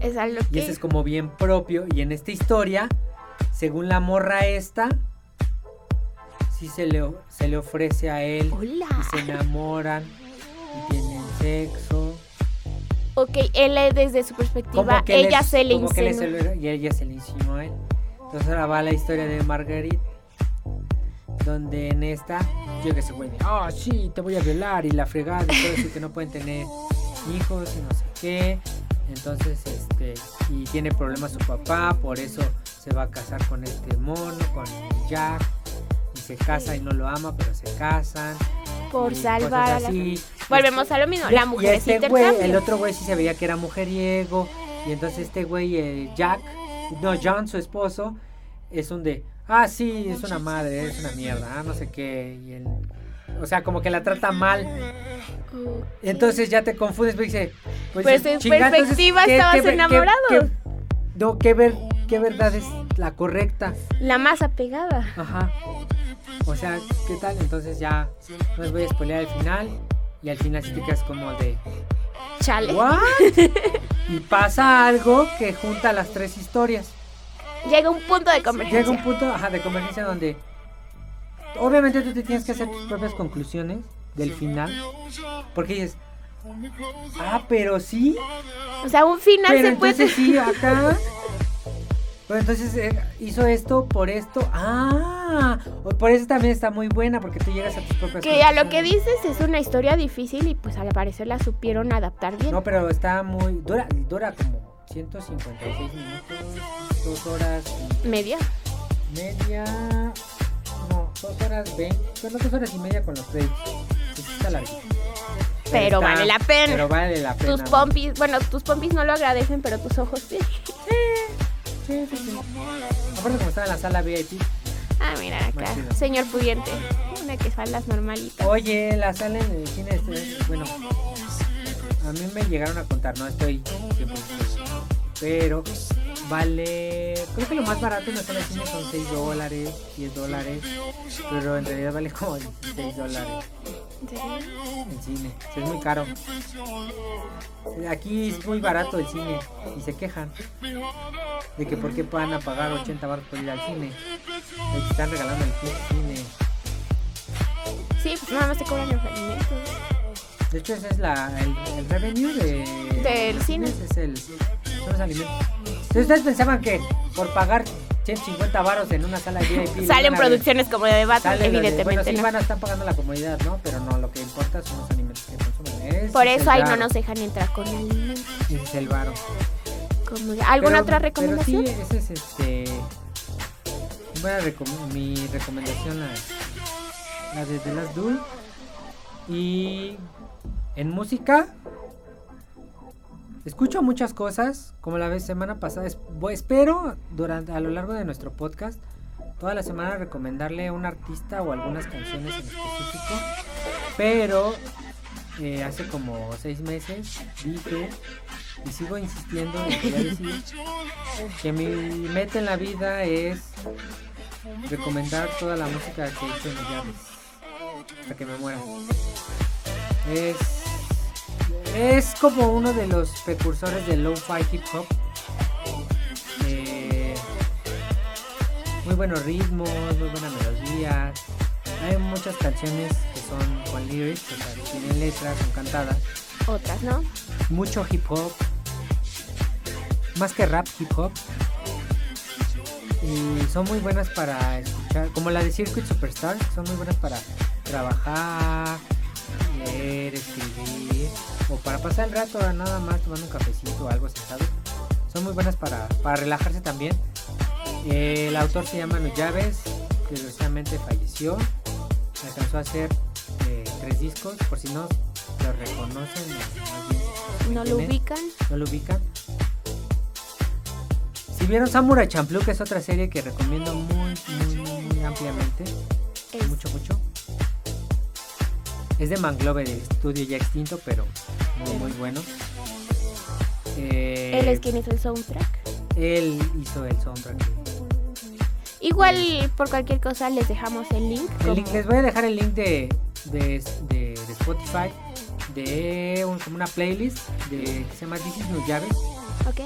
es a lo
Y
que.
ese es como bien propio. Y en esta historia, según la morra esta, sí se le, o- se le ofrece a él
Hola.
y se enamoran y tienen sexo.
Ok, él eh, desde su perspectiva,
él
ella
es-
se le
como que él es
insinúa.
el- y ella se le insinuó a él. Entonces ahora va la historia de Marguerite. Donde en esta llega ese güey. de, Ah, sí, te voy a violar. Y la fregada. Y todo eso, y que no pueden tener hijos y no sé qué. Entonces, este. Y tiene problemas su papá. Por eso se va a casar con este mono, con Jack. Y se casa y no lo ama, pero se casan.
Por
y pues,
salvar a
cosas
la.
así.
Volvemos a lo mismo. La
Y
mujer
este
es
güey,
intercambio.
el otro güey sí se veía que era mujeriego. Y entonces este güey, eh, Jack, no, John, su esposo, es un de, ah, sí, es una madre, es una mierda, ah, no sé qué. y el- o sea, como que la trata mal.
Ok.
Y entonces ya te confundes, pues dice, pues,
Pues,
dice,
en
"Chinga, entonces,
perspectiva
¿qué-
estabas
qué ver- qué-
enamorado?"
qué- no, qué, ver, qué verdad es la correcta.
La más apegada.
Ajá. O sea, ¿qué tal? Entonces ya no les voy a spoilear el final. Y al final sí te quedas como de,
Chale.
¿What? y pasa algo que junta las tres historias.
Llega un punto de convergencia.
Llega un punto ajá, de convergencia donde obviamente tú te tienes que hacer tus propias conclusiones del final. Porque dices, ah, pero sí.
O sea, un final
Pero
se puede.
entonces sí, acá. Pero entonces eh, hizo esto por esto. Ah, por eso también está muy buena porque tú llegas a tus propias
Que a lo que
conclusiones.
dices es una historia difícil y pues al parecer la supieron adaptar bien.
No, pero está muy dura, dura como 156 minutos, dos horas
Media.
y media, no, dos horas 20, bueno, dos horas y media con los créditos. Sí, sí Está larguita.
Pero
está-
vale la pena.
Pero vale la pena.
Tus pompis, bueno, tus pompis no lo agradecen, pero tus ojos sí.
Sí, sí, sí. Aparte como estaba en la sala VIP.
Ah, mira acá.
Más chido. Oh.
Señor pudiente. Una que son las normalitas.
Oye, la sala en el cine este, bueno, a mí me llegaron a contar, no estoy 100%, pero vale, creo que lo más barato en la sala de cine son 6 dólares, 10 dólares, pero en realidad vale como 16 dólares
¿En serio?
el cine, o sea, es muy caro. Aquí es muy barato el cine y se quejan de que por qué van a pagar 80 baros por ir al cine, de que están regalando el cine.
Sí, pues nada más te cobran el fragmento.
De hecho, ese es la, el, el revenue de,
Del cine.
Ese es el, son los alimentos. Entonces, ¿ustedes pensaban que por pagar 150 varos en una sala VIP...
Salen
una vez,
producciones como de debate,
sale lo de- bueno,
evidentemente
sí
no.
van a estar pagando la comodidad, ¿no? Pero no, lo que importa son los alimentos que consumen. Ese
Por
es
eso
el
ahí no
varo,
nos dejan entrar con alimentos.
Ese es el varo.
Como- ¿Alguna
Pero-
otra recomendación?
Pero sí, ese es este... Voy a recom- mi recomendación la, la de The Last Duel. Y en música escucho muchas cosas, como la vez semana pasada. Es- voy- espero durante a lo largo de nuestro podcast toda la semana recomendarle a un artista o algunas canciones en específico. Pero eh, hace como seis meses dije y sigo insistiendo en que, ya decir que mi meta en la vida es recomendar toda la música que he hecho en Millares hasta que me muera. Es es como uno de los precursores del lo-fi hip hop. Eh, muy buenos ritmos, muy buenas melodías. Hay muchas canciones que son con lyrics, o sea, que tienen letras, son cantadas.
Otras, ¿no?
Mucho hip hop. Más que rap, hip hop. Y son muy buenas para escuchar, como la de Circuit Superstar, son muy buenas para trabajar, leer, escribir, o para pasar el rato nada más tomando un cafecito o algo sentado. Son muy buenas para, para relajarse también. Eh, el autor se llama Nuyaves, que desgraciadamente falleció. Alcanzó a hacer eh, tres discos, por si no lo reconocen, más bien,
No lo
¿Tiene?
ubican.
no lo ubican. Si vieron Samurai Champloo, que es otra serie que recomiendo muy, muy, muy, muy ampliamente,
Es-
mucho, mucho. Es de Manglove, de estudio ya extinto, pero muy, muy bueno. Eh,
Él es quien hizo el soundtrack.
él hizo el soundtrack.
Igual por cualquier cosa les dejamos el link.
El
como-
link- les voy a dejar el link de, de, de- de Spotify, de un- como una playlist de, que se llama This is New Llaves.
Ok.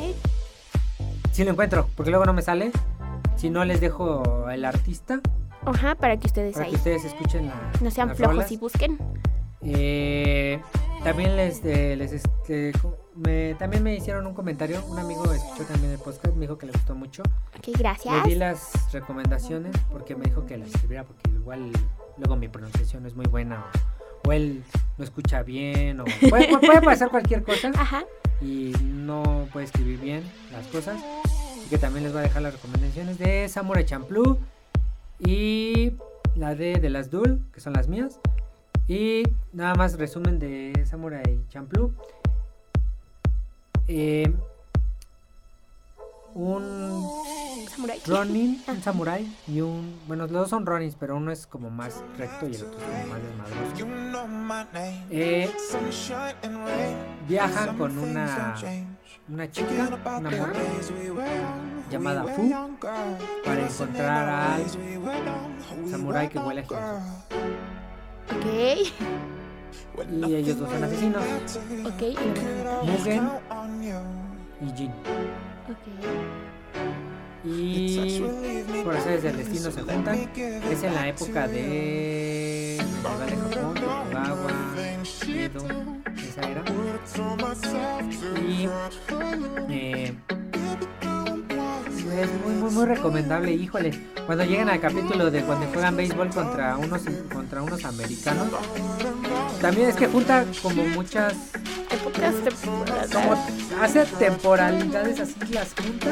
Si lo encuentro, porque luego no me sale. Si no, les dejo el artista
Ajá, para que ustedes
para
ahí
que ustedes escuchen la.
no sean
las
flojos
rolas.
y busquen.
Eh, también les, eh, les este, co- me, también me hicieron un comentario. Un amigo escuchó también el podcast, me dijo que le gustó mucho.
Ok, gracias.
Le di las recomendaciones porque me dijo que las escribiera porque igual luego mi pronunciación no es muy buena o, o él no escucha bien o puede, puede- puede pasar cualquier cosa
Ajá.
y no puede escribir bien las cosas. Así que también les voy a dejar las recomendaciones de Samurai Champloo y la de de las Dul, que son las mías. Y nada más resumen de Samurai Champloo. Eh, un
Samurai.
Ronin, un samurai y un. Bueno, los dos son Ronins, pero uno es como más recto y el otro es como más desmadroso.
You know my name.
Eh,
Sunshine and rain.
viajan con
Some things
una,
don't change.
una
Thinking
chica,
about
una
the
morra,
days we were young, we
llamada
were
Fu,
young girl.
para encontrar al
Days we were young, we
samurái
were
que huele a
young girl.
Ok.
When
Y ellos dos son
nothing
asesinos.
mattered,
Ok. y lo mandan.
Mugen
count on you.
y Jin.
Ok.
It's
Y
such relief me
por hacer del
back,
destino se
so let me
juntan.
give it
Es en la
back
época
to you.
de. medieval de Japón, Tokugawa, Edo, esa era.
Words on myself to
Y.
not follow.
eh, es eh, muy, muy, muy recomendable. Híjole, cuando llegan al capítulo de cuando juegan béisbol contra unos, contra unos americanos, también es que junta como muchas,
Épocas temporadas.
como hace temporalidades así las junta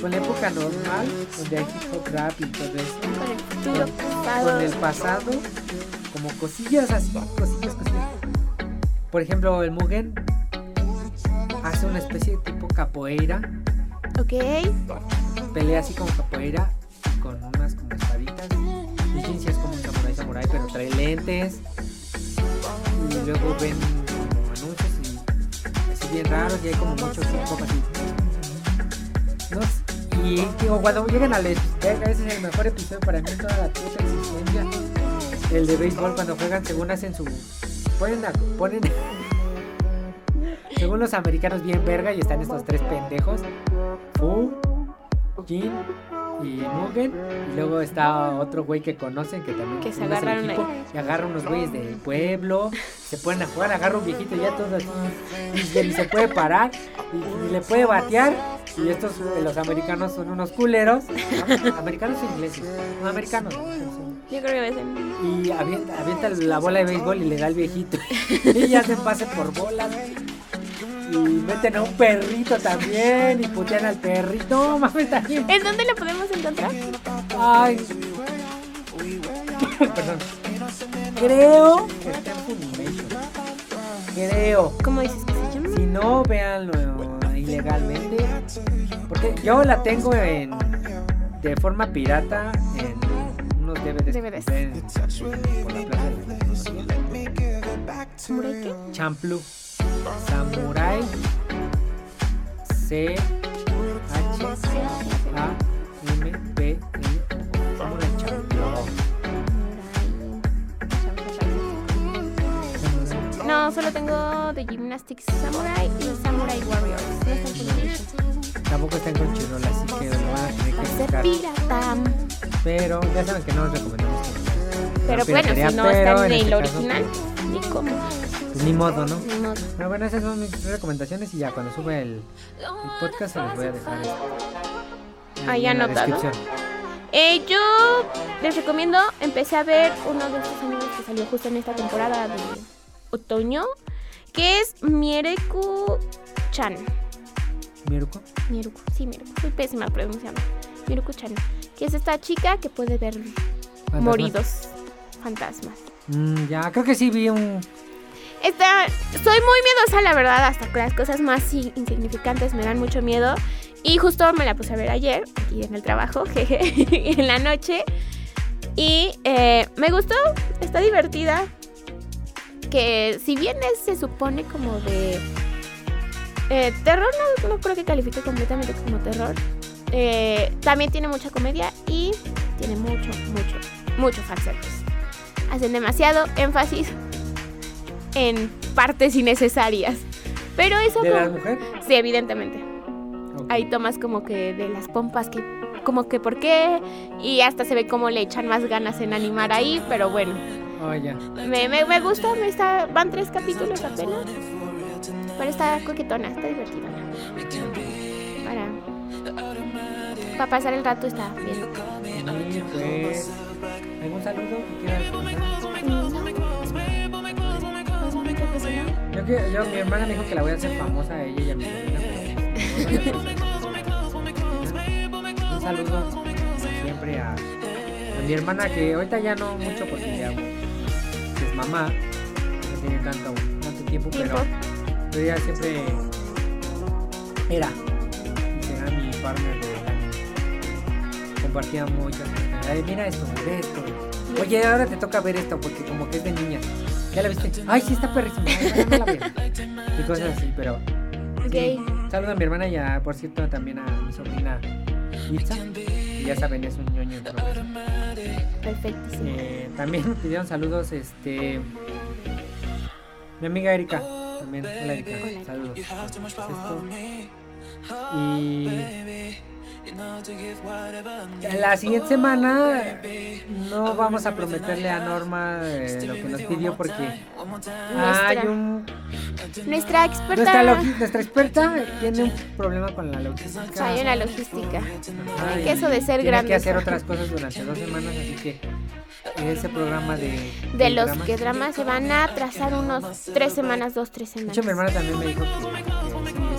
con la época normal, donde hay hip hop rap y todo eso
Con el futuro
con el
pasado.
pasado, como cosillas así, cosillas, cosillas. Por ejemplo, el Mugen hace una especie de tipo capoeira,
Ok.
pelea así como capoeira, con unas como espaditas. Y Jin sí es como un samurai samurai, pero trae lentes. Y luego ven como anuncios y así bien raros y hay como muchos como así. No sé, y digo, cuando llegan al episodio, ese es el mejor episodio para mí en toda la puta existencia. El de béisbol cuando juegan según hacen su. Ponen a- ponen. según los americanos bien verga y están estos tres pendejos. Fu, Jin y Mugen. Y luego está otro güey que conocen que también
Que se
conoce el
agarraron
equipo, Y agarra unos güeyes del pueblo. Se ponen a jugar, agarra un viejito ya todo así. Y, y se puede parar. Y, y le puede batear. Y estos, eh, los americanos son unos culeros. ¿no? Americanos o ingleses. No, americanos.
Yo creo que va a ser.
Y avienta, avienta la bola de béisbol y le da al viejito. y ya se pase por bola. Y meten a un perrito también. Y putean al perrito. No mames, también.
¿En dónde lo podemos encontrar?
Ay. Perdón. Creo que está en Funimation. Creo.
¿Cómo dices que se llama?
Si no, véanlo ilegalmente. Porque yo la tengo en de forma pirata en unos DVDs.
DVDs.
En- por la plaza de la tecnología.
¿Samurai qué?
Champloo. Samurai. C. H. A. M. P. L. O. Samurai Champloo.
No, solo tengo The Gymnastics Samurai y Samurai Warriors. No está en Funimation.
Tampoco está en Crunchyroll, así que lo van a
Va
tener que
a ser
buscar.
pirata.
Pero ya saben que no les recomendamos que
Pero
lo vean.
bueno, si no está
Pero
en
este
el
caso,
original, ¿y cómo?
pues, ni modo, ¿no?
Ni modo.
Pero bueno, esas son mis recomendaciones y ya cuando sube el, el podcast se los voy a dejar. en-
Ahí
en la
anotado.
descripción.
Eh, yo les recomiendo, empecé a ver uno de estos animes que salió justo en esta temporada de otoño, que es Miereku-chan.
Miruko.
Mieruku, sí, Mieruku, soy pésima pronunciando. Mieruku-chan, que es esta chica que puede ver
¿Cuántas más?
moridos, fantasmas.
Mm, ya, creo que sí vi un
Esta, soy muy miedosa, la verdad, hasta que las cosas más in- insignificantes me dan mucho miedo. Y justo me la puse a ver ayer, aquí en el trabajo, jeje, en la noche. Y eh, me gustó, está divertida. Que si bien es, se supone como de... eh, terror no, no creo que califique completamente como terror. Eh, también tiene mucha comedia y tiene mucho, mucho, mucho falsetes. Hacen demasiado énfasis en partes innecesarias. Pero eso
de la
como...
mujer.
Sí, evidentemente.
Ok.
Hay tomas como que de las pompas que como que por qué y hasta se ve como le echan más ganas en animar ahí, pero bueno,
Oh, ya.
me, me, me gusta, me está, van tres capítulos apenas, pero está coquetona, está divertida. Para, para pasar el rato está bien.
Y pues, ¿algún saludo que quieras mandar? Yo, que- yo, mi hermana me dijo que la voy a hacer famosa a ella y a mi familia. pero no la hice. Un saludo como siempre a, a mi hermana que ahorita ya no mucho porque ya es mamá, no tiene tanto, tanto tiempo, pero, pero ella siempre era y será mi partner de anime. Compartía muchas oportunidades. Mira esto, ve esto. Oye, ahora te toca ver esto porque como que es de niña. ¿Ya la viste? Ay, sí, está perrísima. Ay, no la veo. Y cosas así, pero...
Ok.
Saludo a mi hermana y a, por cierto, también a mi sobrina Itza. Y ya saben, es un ñoño en progreso.
Perfectísimo.
Eh, también me pidieron saludos, este... Mi amiga Erika, también. Hola Erika,
Hola.
saludos. Esto. Y... La siguiente semana no vamos a prometerle a Norma eh, lo que nos pidió porque hay
Nuestra.
un
Nuestra experta.
Nuestra, logi- nuestra experta tiene un problema con la logística.
Hay una logística.
Ay,
que eso de ser
tienes
grande.
que hacer otras cosas durante dos semanas, así que ese programa de...
De los
dramas-
que dramas se van a trazar unos tres semanas, dos, tres
De
semanas.
hecho, mi hermana también me dijo que, que sí, estaba interesante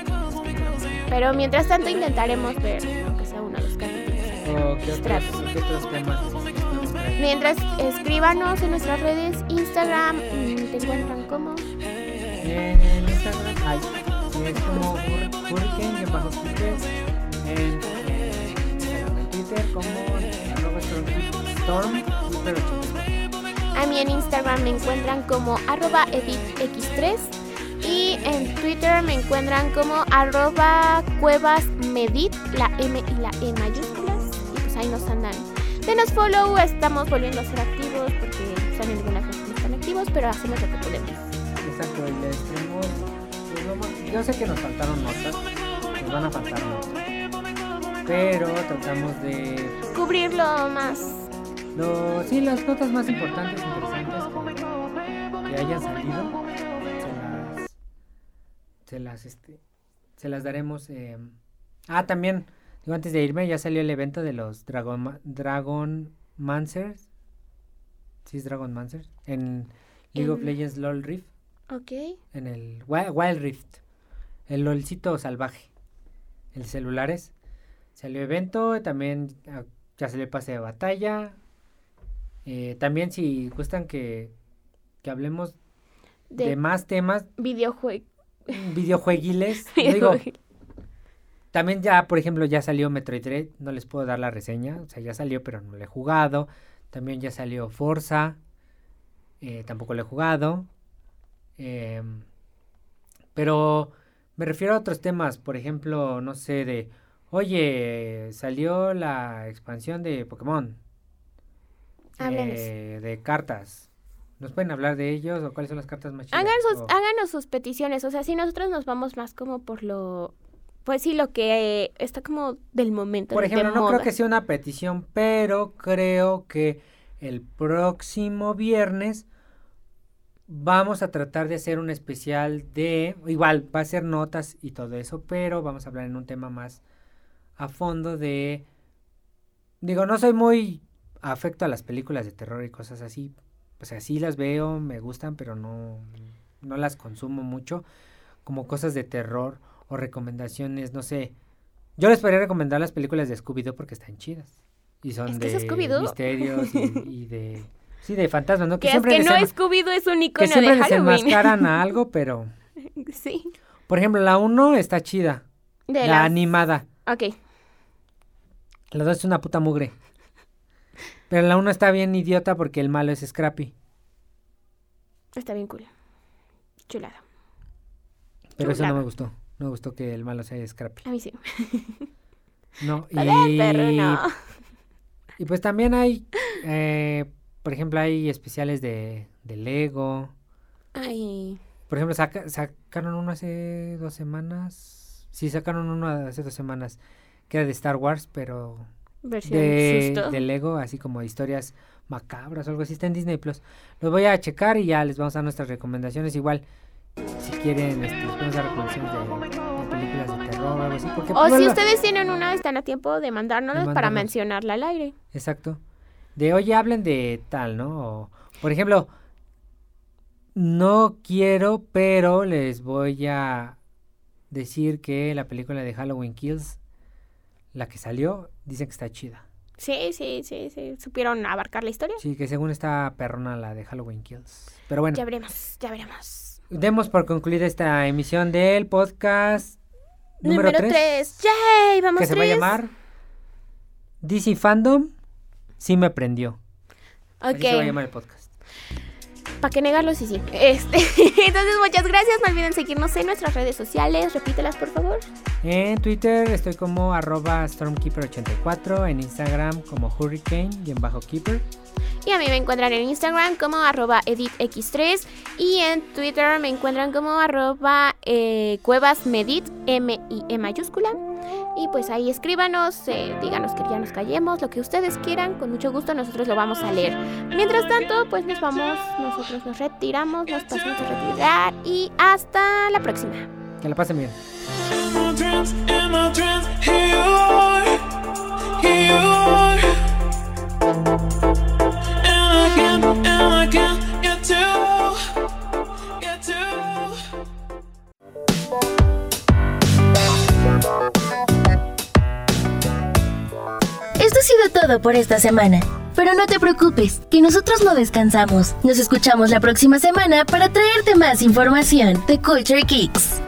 este ese-
Pero mientras tanto intentaremos ver aunque sea uno de los capítulos.
o qué otros,
Trato.
qué otros temas. nos trae.
Mientras, escríbanos en nuestras redes Instagram. mm, Te encuentran como
En Instagram hay, es como hur- Hurricane y bajo Twitter. En, Instagram, en Twitter como arroba Storm, pero
A mí en Instagram me encuentran como arroba editx3 y en Twitter me encuentran como arroba cuevasmedit, la M y la E mayúsculas. Y pues ahí nos andan. Denos follow, estamos volviendo a ser activos porque son algunas cosas que no están activos, pero hacemos lo que podemos.
Exacto, y les traemos. pues, lo más- Yo sé que nos faltaron notas, nos van a faltar notas. Pero tratamos de.
Cubrirlo más.
Lo, sí, las notas más importantes, interesantes que, que hayan salido, se las. Se las, este, se las daremos. eh, Ah, también, digo, antes de irme, ya salió el evento de los Dragon, Ma- Dragon Mancers. Sí, es Dragon Mancers. En League of
En-
Legends LOL Rift.
Ok.
En el Wi- Wild Rift. El LOLcito salvaje. El celulares. Salió evento. También ah, ya salió el pase de batalla. Eh, también si gustan que, que hablemos de,
De,
más temas.
videojuegos.
Videojueguiles. digo,
eh,
también ya, por ejemplo, ya salió Metroid Dread. No les puedo dar la reseña. O sea, ya salió, pero no lo he jugado. También ya salió Forza. eh, tampoco lo he jugado. Em, pero me refiero a otros temas. Por ejemplo, no sé, de. Oye, salió la expansión de Pokémon.
Háblanos.
eh, de cartas. ¿Nos pueden hablar de ellos o cuáles son las cartas más chidas?
Hagan sus,
O-
háganos sus peticiones, o sea, si nosotros nos vamos más como por lo, pues sí, lo que eh, está como del momento.
Por
lo de
ejemplo, no creo
moda.
que sea una petición, pero creo que el próximo viernes vamos a tratar de hacer un especial de, igual va a ser notas y todo eso, pero vamos a hablar en un tema más a fondo de, digo, no soy muy afecto a las películas de terror y cosas pues, así, o sea, sí las veo, me gustan, pero no, no las consumo mucho, como cosas de terror o recomendaciones, no sé. Yo les podría recomendar las películas de Scooby-Doo porque están chidas. Y son
Es que es
de
Scooby-Doo.
misterios y, y de... Sí, de fantasmas, ¿no?
Que es que no
desen-
Scooby-Doo es un
que
icono
siempre
de Halloween.
desenmascaran a algo, pero...
sí.
Por ejemplo, la 1 está chida,
De
la
las-
animada.
Ok.
La 2 es una puta mugre. Pero la 1 está bien idiota porque el malo es Scrappy.
Está bien cool. Chulada.
Pero eso no
Chulada.
me gustó. No me gustó que el malo sea Scrappy.
A mí sí.
No,
Vale,
y...
perro, no.
Y pues también hay, eh, por ejemplo, hay especiales de, de Lego.
Ay.
Por ejemplo, saca- sacaron uno hace dos semanas. Sí, sacaron uno hace dos semanas que era de Star Wars, pero
Versión
de,
susto.
de Lego, así como historias macabras o algo así. Está en Disney Plus. Los voy a checar y ya les vamos a dar nuestras recomendaciones. Igual, si quieren, este, les podemos dar recomendaciones de, de películas de terror o algo así. Porque
O
pues,
si
lo-
ustedes tienen una, están a tiempo de mandárnoslas para
mandarnos.
mencionarla al aire.
Exacto. De oye, hablen de tal, ¿no? O, por ejemplo, no quiero, pero les voy a decir que la película de Halloween Kills, la que salió, dicen que está chida.
Sí, sí, sí, sí. Supieron abarcar la historia.
Sí, que según está perrona la de Halloween Kills. Pero bueno,
Ya veremos, ya veremos.
demos por concluida esta emisión del podcast número
Número
3,
3. ¡Yay! Vamos
que se va a
tres.
llamar DC Fandom, sí me prendió. Así se va a
Ok.
llamar el podcast.
¿Para qué negarlo? Sí, sí. Este, entonces, muchas gracias. No olviden seguirnos en nuestras redes sociales. Repítelas, por favor.
En Twitter estoy como arroba stormkeeper84, en Instagram como hurricane y en bajo keeper.
Y a mí me encuentran en Instagram como arroba editx3 y en Twitter me encuentran como arroba eh, cuevasmedit, M y E mayúscula. Y pues ahí escríbanos, eh, díganos que ya nos callemos, lo que ustedes quieran, con mucho gusto nosotros lo vamos a leer. Mientras tanto, pues nos vamos, nosotros nos retiramos, nos pasamos a retirar y hasta la próxima.
Que la pasen bien.
In my dreams, in my dreams, here you are, here you are. And I can't, and I can't get to, get to.
Esto ha sido todo por esta semana. Pero no te preocupes, que nosotros no descansamos. Nos escuchamos la próxima semana para traerte más información de Culture Kicks.